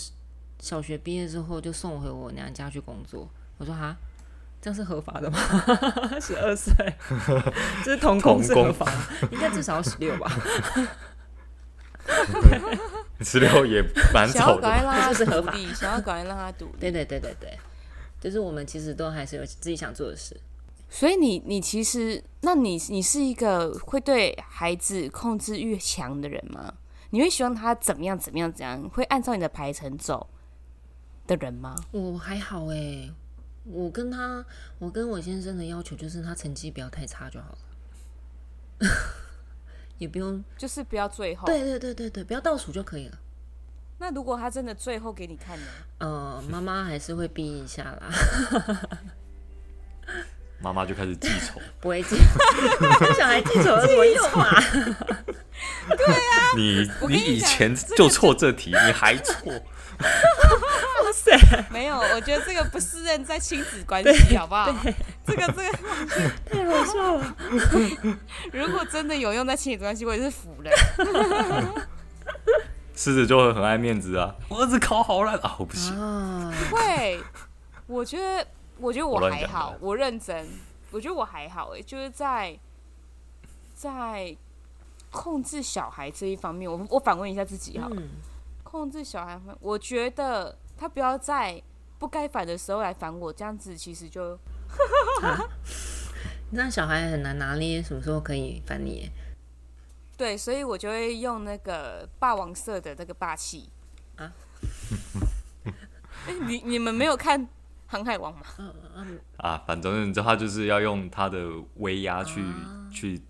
[SPEAKER 3] 小学毕业之后就送回我娘家去工作。我说哈，这样是合法的吗？ (laughs) 十二岁， (laughs) 这是童工是合法的，应该至少要十六吧？
[SPEAKER 1] 十六也蛮
[SPEAKER 2] 想要
[SPEAKER 1] 丑
[SPEAKER 2] 赶
[SPEAKER 1] 的。
[SPEAKER 2] 快让他
[SPEAKER 3] 这是合
[SPEAKER 2] 独
[SPEAKER 3] 法
[SPEAKER 2] 立，想要赶快让他独立。
[SPEAKER 3] 对对对对对，就是我们其实都还是有自己想做的事。
[SPEAKER 2] 所以你你其实，那你你是一个会对孩子控制欲强的人吗？你会希望他怎么样怎么样怎样，会按照你的排程走的人吗？
[SPEAKER 3] 我还好哎、我跟他，我跟我先生的要求就是他成绩不要太差就好了， (laughs) 也不用
[SPEAKER 2] 就是不要最后。
[SPEAKER 3] 对对对对对，不要倒数就可以了。
[SPEAKER 2] 那如果他真的最后给你看呢？ (laughs)
[SPEAKER 3] 呃，妈妈还是会逼一下啦， (laughs)
[SPEAKER 1] 妈妈就开始记仇，
[SPEAKER 2] 啊
[SPEAKER 3] 不会记，小孩记仇有什么用啊？
[SPEAKER 1] 你
[SPEAKER 2] 我跟
[SPEAKER 1] 你
[SPEAKER 2] 你
[SPEAKER 1] 以
[SPEAKER 2] 讲
[SPEAKER 1] 前
[SPEAKER 2] 这
[SPEAKER 1] 就错这题，你还错，
[SPEAKER 3] 哇塞，
[SPEAKER 2] 没有，我觉得这个不是认在亲子关系，好不好？这个这个，
[SPEAKER 3] 太好笑了。
[SPEAKER 2] 如果真的有用在亲子关系，我也是服了。
[SPEAKER 1] 狮子就会很爱面子啊。我儿子考好烂啊，我不行，
[SPEAKER 3] 啊，
[SPEAKER 2] 会，我觉得，我觉得我
[SPEAKER 1] 我乱
[SPEAKER 2] 还
[SPEAKER 1] 讲的
[SPEAKER 2] 好，我认真，我觉得我还好、欸，就是在在控制小孩这一方面，我我反问一下自己哈、
[SPEAKER 3] 嗯，
[SPEAKER 2] 控制小孩方面，我觉得他不要在不该烦的时候来烦我，这样子其实就
[SPEAKER 3] 那小孩很难拿捏什么时候可以烦你耶
[SPEAKER 2] 对，所以我就会用那个霸王色的那个霸气 (laughs)
[SPEAKER 3] 啊。
[SPEAKER 2] 欸你你们没有看《航海王》吗？
[SPEAKER 1] 啊，反正他就是要用他的威压去、
[SPEAKER 2] 啊
[SPEAKER 1] 去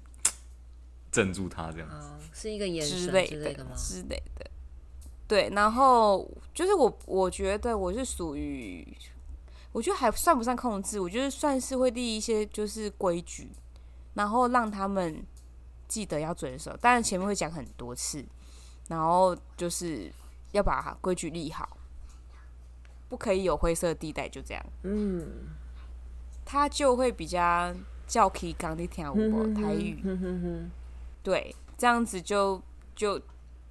[SPEAKER 1] 镇住他这样子。
[SPEAKER 3] 哦，是一个眼神
[SPEAKER 2] 之
[SPEAKER 3] 之
[SPEAKER 2] 类
[SPEAKER 3] 类的吗？
[SPEAKER 2] 之类的。对，然后就是我，我觉得我是属于，我觉得还算不上控制，我觉得算是会立一些就是规矩，然后让他们记得要遵守。当然前面会讲很多次，然后就是要把规矩立好，不可以有灰色地带，就这样，
[SPEAKER 3] 嗯，
[SPEAKER 2] 他就会比较叫 K 刚的听我台语。
[SPEAKER 3] 嗯哼嗯哼哼，
[SPEAKER 2] 对，这样子就就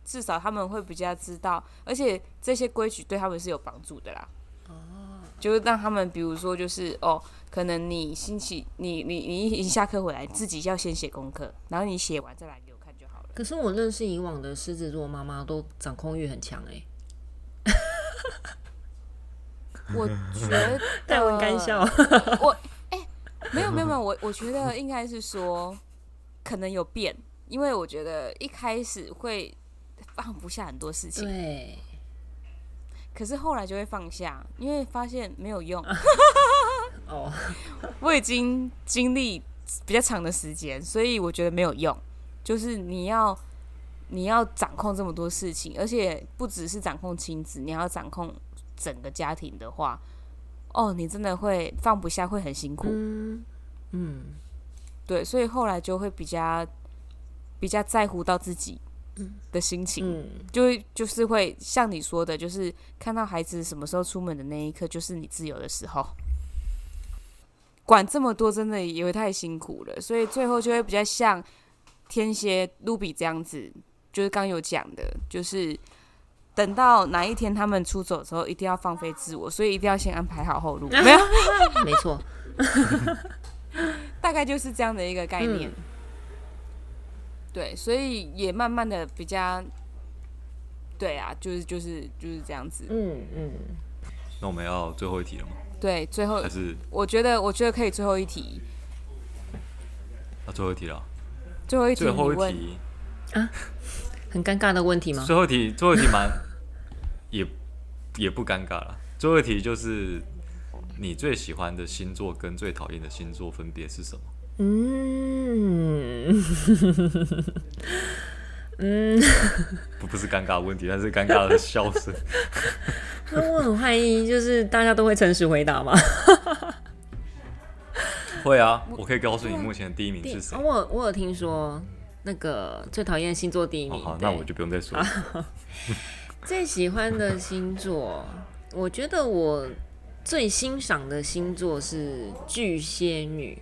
[SPEAKER 2] 至少他们会比较知道，而且这些规矩对他们是有帮助的啦。
[SPEAKER 3] 哦
[SPEAKER 2] 就是让他们，比如说，就是哦，可能你星期你你你一下课回来，自己要先写功课，然后你写完再来给我看就好
[SPEAKER 3] (laughs)
[SPEAKER 2] 了。
[SPEAKER 3] 可是我认识以往的狮子座妈妈都掌控欲很强哎、
[SPEAKER 2] 我觉 (laughs) 得
[SPEAKER 3] 戴文干笑， (laughs)
[SPEAKER 2] 没有没有没有，我我觉得应该是说可能有变，因为我觉得一开始会放不下很多事情，
[SPEAKER 3] 对，
[SPEAKER 2] 可是后来就会放下，因为发现没有用。
[SPEAKER 3] 哦，
[SPEAKER 2] 我已经经历比较长的时间，所以我觉得没有用。就是你要你要掌控这么多事情，而且不只是掌控亲子，你还要掌控整个家庭的话，哦，你真的会放不下，会很辛苦。
[SPEAKER 3] 嗯嗯
[SPEAKER 2] 对，所以后来就会比较比较在乎到自己的心情。
[SPEAKER 3] 嗯，
[SPEAKER 2] 就会就是会像你说的，就是看到孩子什么时候出门的那一刻，就是你自由的时候。管这么多真的也会太辛苦了，所以最后就会比较像天蝎、露比这样子，就是刚有讲的，就是等到哪一天他们出走的时候，一定要放飞自我，所以一定要先安排好
[SPEAKER 3] (laughs)
[SPEAKER 2] 后路，没有，
[SPEAKER 3] 没错，
[SPEAKER 2] 大概就是这样的一个概
[SPEAKER 3] 嗯
[SPEAKER 2] 念。对，所以也慢慢的比较，对啊，就是就是就是这样子。
[SPEAKER 3] 嗯嗯，
[SPEAKER 1] 那我们要最后一题了吗？
[SPEAKER 2] 对，最后
[SPEAKER 1] 还是
[SPEAKER 2] 我觉得，我觉得可以最后一题，
[SPEAKER 1] 啊最后一题了？
[SPEAKER 2] 最后一题
[SPEAKER 1] 最
[SPEAKER 2] 你
[SPEAKER 1] 后一
[SPEAKER 2] 问，
[SPEAKER 1] 题，
[SPEAKER 3] 很尴尬的问题吗？
[SPEAKER 1] 最后一题，最后一题蛮 (laughs) 也也不尴尬了。最后一题就是你最喜欢的星座跟最讨厌的星座分别是什么？
[SPEAKER 3] 嗯，
[SPEAKER 1] 不不是尴尬问题，但是尴尬的笑声。
[SPEAKER 3] 那我很怀疑，就是大家都会诚实回答吗？
[SPEAKER 1] 会啊，我可以告诉你目前第一名 (laughs) 是谁
[SPEAKER 3] 啊。我有我有听说那个最讨厌星座第一
[SPEAKER 1] 哦，
[SPEAKER 3] 名，
[SPEAKER 1] 好，
[SPEAKER 3] 对啊
[SPEAKER 1] 那我就不用再说了。
[SPEAKER 3] 最喜欢的星座，我觉得我最欣赏的星座是巨蟹女，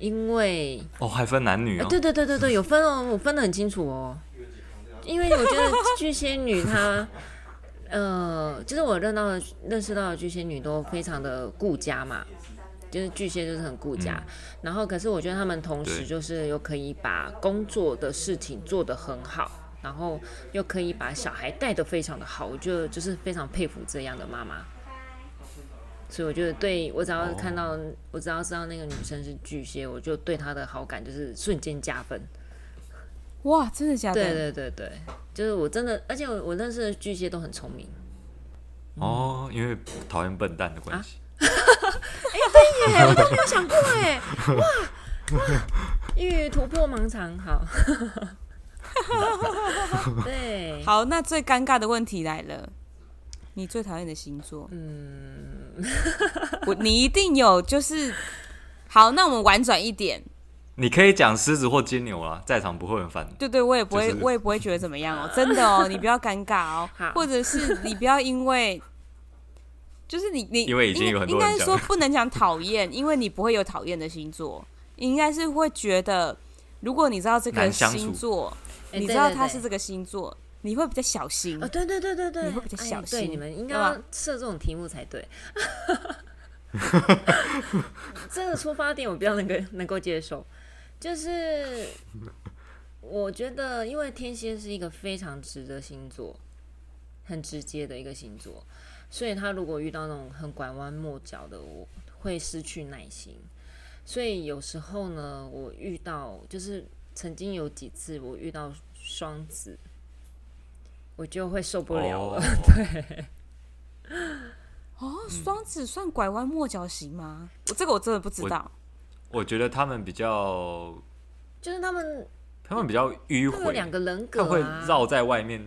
[SPEAKER 3] 因为
[SPEAKER 1] 哦，还分男女
[SPEAKER 3] 哎，
[SPEAKER 1] 哦。
[SPEAKER 3] 对对对对对，有分哦，我分得很清楚哦。因为我觉得巨蟹女她呃，就是我认到的认识到的巨蟹女都非常的顾家嘛，就是巨蟹就是很顾家，然后可是我觉得他们同
[SPEAKER 1] 嗯
[SPEAKER 3] 时
[SPEAKER 1] 对
[SPEAKER 3] 就是又可以把工作的事情做得很好，然后又可以把小孩带得非常的好，我觉得就是非常佩服这样的妈妈。所以我觉得对我只要
[SPEAKER 1] 哦
[SPEAKER 3] 看到、我只要知道那个女生是巨蟹，我就对她的好感就是瞬间加分。
[SPEAKER 2] 哇，真的假的？
[SPEAKER 3] 对对对对，就是我真的，而且我我认识的巨蟹都很聪明。
[SPEAKER 1] 哦，因为讨厌笨蛋的关
[SPEAKER 3] 啊
[SPEAKER 1] 系。
[SPEAKER 3] 对，我都没
[SPEAKER 2] (laughs)
[SPEAKER 3] 有想过哎，哇哇，欲突破盲
[SPEAKER 2] (laughs)
[SPEAKER 3] 肠，好，对，
[SPEAKER 2] 好，那最尴尬的问题来了，你最讨厌的星座？嗯，我你一定有，就是好，那我们婉转一点，
[SPEAKER 1] 你可以讲狮子或金牛啦，在场不会很烦。
[SPEAKER 2] 对对，我也不会，
[SPEAKER 1] 就是
[SPEAKER 2] 我也不会觉得怎么样哦，真的哦，你不要尴尬哦
[SPEAKER 3] (laughs) 好，
[SPEAKER 2] 或者是你不要因为。就是你，你
[SPEAKER 1] 因为已经有很
[SPEAKER 2] 应
[SPEAKER 1] 多
[SPEAKER 2] 该
[SPEAKER 1] 人
[SPEAKER 2] 应该
[SPEAKER 1] 讲
[SPEAKER 2] 说
[SPEAKER 1] 了
[SPEAKER 2] 不能讲讨厌，因为你不会有讨厌的星座，应该是会觉得，如果你知道这个
[SPEAKER 1] 难相处
[SPEAKER 2] 星座，你
[SPEAKER 3] 哎对
[SPEAKER 2] 知道
[SPEAKER 3] 对
[SPEAKER 2] 他
[SPEAKER 3] 对
[SPEAKER 2] 是这个星座，你会比较小心
[SPEAKER 3] 哦，。对对对对对，
[SPEAKER 2] 你会比较
[SPEAKER 3] 哎
[SPEAKER 2] 小
[SPEAKER 3] 对，
[SPEAKER 2] 心
[SPEAKER 3] 你们应该
[SPEAKER 2] 对吧
[SPEAKER 3] 要设这种题目才
[SPEAKER 2] (laughs)
[SPEAKER 3] 对。这个出发点我比较能够能够接受，就是我觉得，因为天蝎是一个非常直的星座，很直接的一个星座，所以他如果遇到那种很拐弯抹角的，我会失去耐心。所以有时候呢，我遇到就是曾经有几次我遇到双子，我就会受不了了。
[SPEAKER 1] 哦
[SPEAKER 2] 哦，双子算拐弯抹角型吗？我这个我真的不知
[SPEAKER 1] 我
[SPEAKER 2] 道。
[SPEAKER 1] 我觉得他们比较，
[SPEAKER 3] 就是他们
[SPEAKER 1] 他们比较迂
[SPEAKER 3] 他们有两
[SPEAKER 1] 回，
[SPEAKER 3] 个人
[SPEAKER 1] 他
[SPEAKER 3] 格、
[SPEAKER 1] 们
[SPEAKER 3] 啊、
[SPEAKER 1] 会绕在外面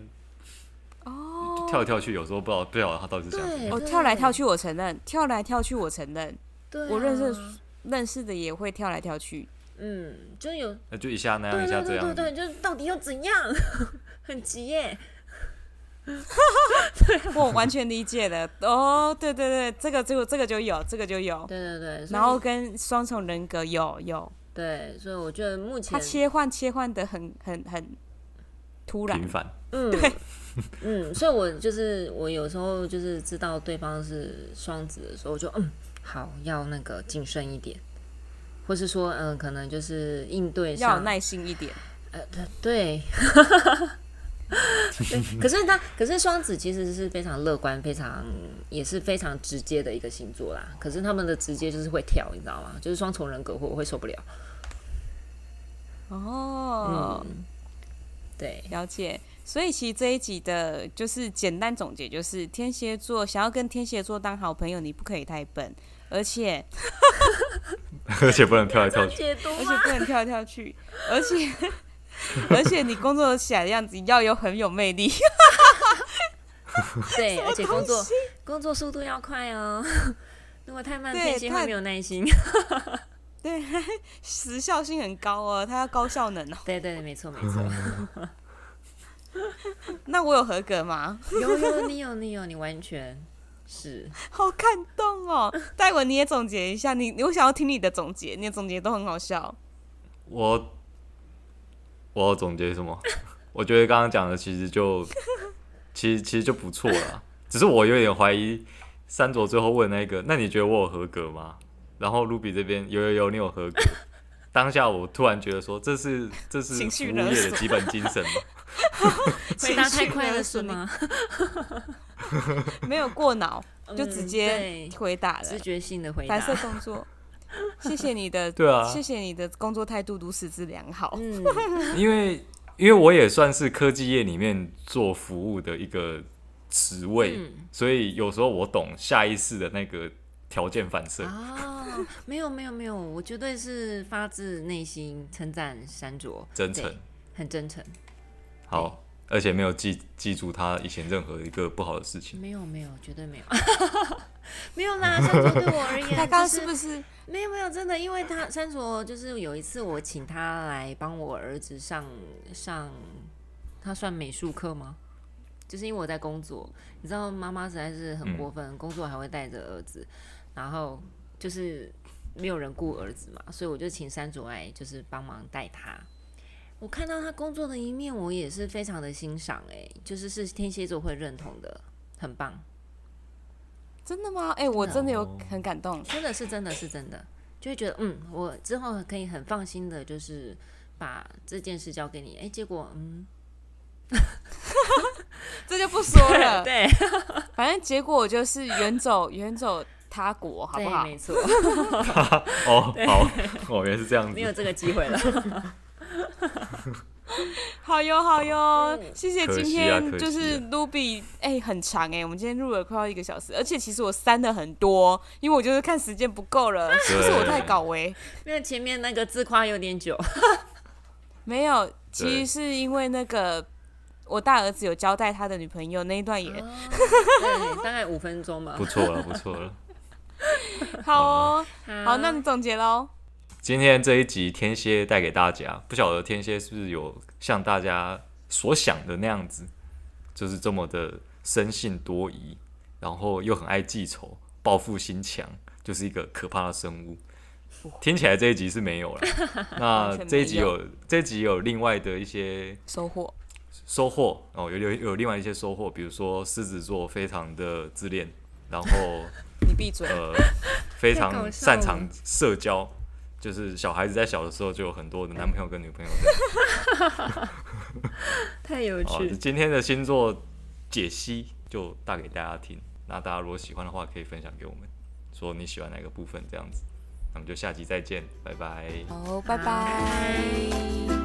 [SPEAKER 2] 哦，
[SPEAKER 1] 跳来跳去，有时候不知道不晓得他到底是想什
[SPEAKER 3] 对
[SPEAKER 1] 么。
[SPEAKER 2] 哦，
[SPEAKER 3] 对
[SPEAKER 2] 跳来跳去，我承认；跳来跳去，我承认。
[SPEAKER 3] 对啊、
[SPEAKER 2] 我认识认识的也会跳来跳去。
[SPEAKER 3] 嗯，就有
[SPEAKER 1] 那就一下那样，
[SPEAKER 3] 对
[SPEAKER 1] 一下
[SPEAKER 3] 对
[SPEAKER 1] 这
[SPEAKER 3] 对对
[SPEAKER 1] 样子。
[SPEAKER 3] 对，就是到底又怎样， (laughs) 很急耶。 (laughs)
[SPEAKER 2] 我完全理解的。哦，对对对，这个这个这个就有，这个就有。
[SPEAKER 3] 对对对，所以
[SPEAKER 2] 然后跟双重人格有有，
[SPEAKER 3] 对，所以我觉得目前
[SPEAKER 2] 它切换切换的很很很突然
[SPEAKER 1] 频。繁，
[SPEAKER 3] 嗯， (laughs) 嗯，所以我就是我有时候就是知道对方是双子的时候，我就嗯，好要那个谨慎一点，或是说嗯，可能就是应对
[SPEAKER 2] 要有
[SPEAKER 3] 上
[SPEAKER 2] 耐心一点，
[SPEAKER 3] 呃，对
[SPEAKER 2] (laughs)
[SPEAKER 3] 对。对可是他，可是双子其实是非常乐观，非常也是非常直接的一个星座啦。可是他们的直接就是会跳，你知道吗？就是双重人格会我会受不了。
[SPEAKER 2] 哦，
[SPEAKER 3] 嗯，对，
[SPEAKER 2] 了解。所以其实这一集的就是简单总结，就是天蝎座想要跟天蝎座当好朋友，你不可以太笨，而
[SPEAKER 3] (laughs)
[SPEAKER 2] 且
[SPEAKER 1] (laughs) 而且不能跳来跳去。
[SPEAKER 3] 解读
[SPEAKER 2] 而且不能跳来跳去，而且 (laughs) 而且你工作起来的样子要有很有魅力。
[SPEAKER 3] 对， (laughs) 而且工作工作速度要快哦， (laughs) 如果太慢，
[SPEAKER 2] 对
[SPEAKER 3] 天蝎会
[SPEAKER 2] 太
[SPEAKER 3] 没有
[SPEAKER 2] (laughs)
[SPEAKER 3] 耐心。
[SPEAKER 2] 对，时效性很高哦，它要高效能哦。 (laughs)
[SPEAKER 3] 对对对，没错没错。
[SPEAKER 2] 那我有合格吗？ (laughs)
[SPEAKER 3] 有有，你有你有，你完全是。
[SPEAKER 2] 好感动哦！戴文，你也总结一下，你我想要听你的总结，你的总结都很好笑。
[SPEAKER 1] 我我要总结什么？ (laughs) 我觉得刚刚讲的其实就其实其实就不错了，只是我有点怀疑三卓最后问那个，那你觉得我有合格吗？然后卢比这边有有有，你有合格。当下我突然觉得说，这是这是
[SPEAKER 2] 情
[SPEAKER 1] 服
[SPEAKER 2] 绪
[SPEAKER 1] 务
[SPEAKER 2] 勒
[SPEAKER 1] 业的
[SPEAKER 2] 索
[SPEAKER 1] 基本精神嘛。
[SPEAKER 3] 回答
[SPEAKER 2] 情绪
[SPEAKER 3] 太快
[SPEAKER 2] 勒
[SPEAKER 3] 了
[SPEAKER 2] 索
[SPEAKER 3] 是
[SPEAKER 2] 你
[SPEAKER 3] 吗？
[SPEAKER 2] 没有过
[SPEAKER 3] (laughs)
[SPEAKER 2] 脑，就直
[SPEAKER 3] 嗯
[SPEAKER 2] 接
[SPEAKER 3] 对
[SPEAKER 2] 回答了
[SPEAKER 3] (laughs) 直，觉性的回答
[SPEAKER 2] 白。色动
[SPEAKER 3] (laughs)
[SPEAKER 2] 作。谢谢你的，
[SPEAKER 1] 对啊
[SPEAKER 2] 谢谢你的工作态度如此之良好。
[SPEAKER 3] 嗯，
[SPEAKER 1] 因为因为我也算是科技业里面做服务的一个职位，
[SPEAKER 3] 嗯
[SPEAKER 1] 所以有时候我懂下意识的那个条件反射。
[SPEAKER 3] 啊，没有没有没有，我绝对是发自内心称赞山卓，
[SPEAKER 1] 真诚
[SPEAKER 3] 对，很真诚。
[SPEAKER 1] 好，而且没有记记住他以前任何一个不好的事情。
[SPEAKER 3] 没有没有，绝对没
[SPEAKER 2] (laughs)
[SPEAKER 3] 有，没有啦。山卓对我而言，
[SPEAKER 2] 他刚刚
[SPEAKER 3] 就是
[SPEAKER 2] 不是
[SPEAKER 3] 没有没有，真的，因为他山卓就是有一次我请他来帮我儿子上上，他算美术课吗？就是因为我在工作，你知道妈妈实在是很过分，工作还会带着儿子，然后就是没有人顾儿子嘛，所以我就请山卓来就是帮忙带他。我看欸到他工作的一面，我也是非常的欣赏，哎，就是是天蝎座会认同的，很棒，
[SPEAKER 2] 真的吗？哎、
[SPEAKER 3] 哦
[SPEAKER 2] 我真的有很感
[SPEAKER 3] (laughs)
[SPEAKER 2] 动。
[SPEAKER 3] 真的是真的是真的，就会觉得嗯，我之后可以很放心的，就是把这件事交给你。哎、结果嗯，
[SPEAKER 2] 这就不说了。
[SPEAKER 3] (laughs) 对，啊
[SPEAKER 2] 反正结果我就是远走远走他国，好不
[SPEAKER 3] 对，
[SPEAKER 2] 好？
[SPEAKER 3] 没错，
[SPEAKER 1] 哦，好， (laughs) 哦，原来是这样
[SPEAKER 3] (laughs) 没有
[SPEAKER 1] 子，
[SPEAKER 3] 这个机会了。
[SPEAKER 2] 好哟好哟，谢谢
[SPEAKER 1] 可惜
[SPEAKER 2] 今
[SPEAKER 1] 啊
[SPEAKER 2] 天
[SPEAKER 1] 可
[SPEAKER 2] 就
[SPEAKER 1] 惜
[SPEAKER 2] 是
[SPEAKER 1] 啊
[SPEAKER 2] Ruby 哎、很长哎、我们今天录了快要一个小时，而且其实我删的很多，因为我就是看时间不够了，是不是我太搞维？
[SPEAKER 3] 因为前面那个自夸有点久，
[SPEAKER 2] 没有，其
[SPEAKER 1] 对
[SPEAKER 2] 实是因为那个我大儿子有交代他的女朋友那一段也、
[SPEAKER 1] 哦
[SPEAKER 3] 对，大概五分钟吧
[SPEAKER 1] 不。错了，不错了。
[SPEAKER 2] 好哦。好，
[SPEAKER 1] 嗯
[SPEAKER 3] 好
[SPEAKER 2] 那你总结喽。
[SPEAKER 1] 今天这一集天蝎带给大家，不晓得天蝎是不是有像大家所想的那样子，就是这么的生性多疑，然后又很爱记仇，报复心强，就是一个可怕的生物。听起来这一集是没有了，那
[SPEAKER 2] 完全没有
[SPEAKER 1] 这一集有这一集有另外的一些
[SPEAKER 2] 收获，
[SPEAKER 1] 收获哦，有有有另外一些收获，比如说狮子座非常的自恋，然后
[SPEAKER 2] 你闭嘴。
[SPEAKER 1] 呃，非
[SPEAKER 3] 太搞笑
[SPEAKER 1] 常
[SPEAKER 3] 了
[SPEAKER 1] 擅长社交，就是小孩子在小的时候就有很多的男朋友跟女朋友的。
[SPEAKER 3] 太有
[SPEAKER 1] 好，
[SPEAKER 3] 趣，
[SPEAKER 1] 今天的星座解析就大给大家听。那大家如果喜欢的话，可以分享给我们，说你喜欢嗯哪个部分这样子。那我们就下集再见，拜拜。
[SPEAKER 2] 好，拜拜。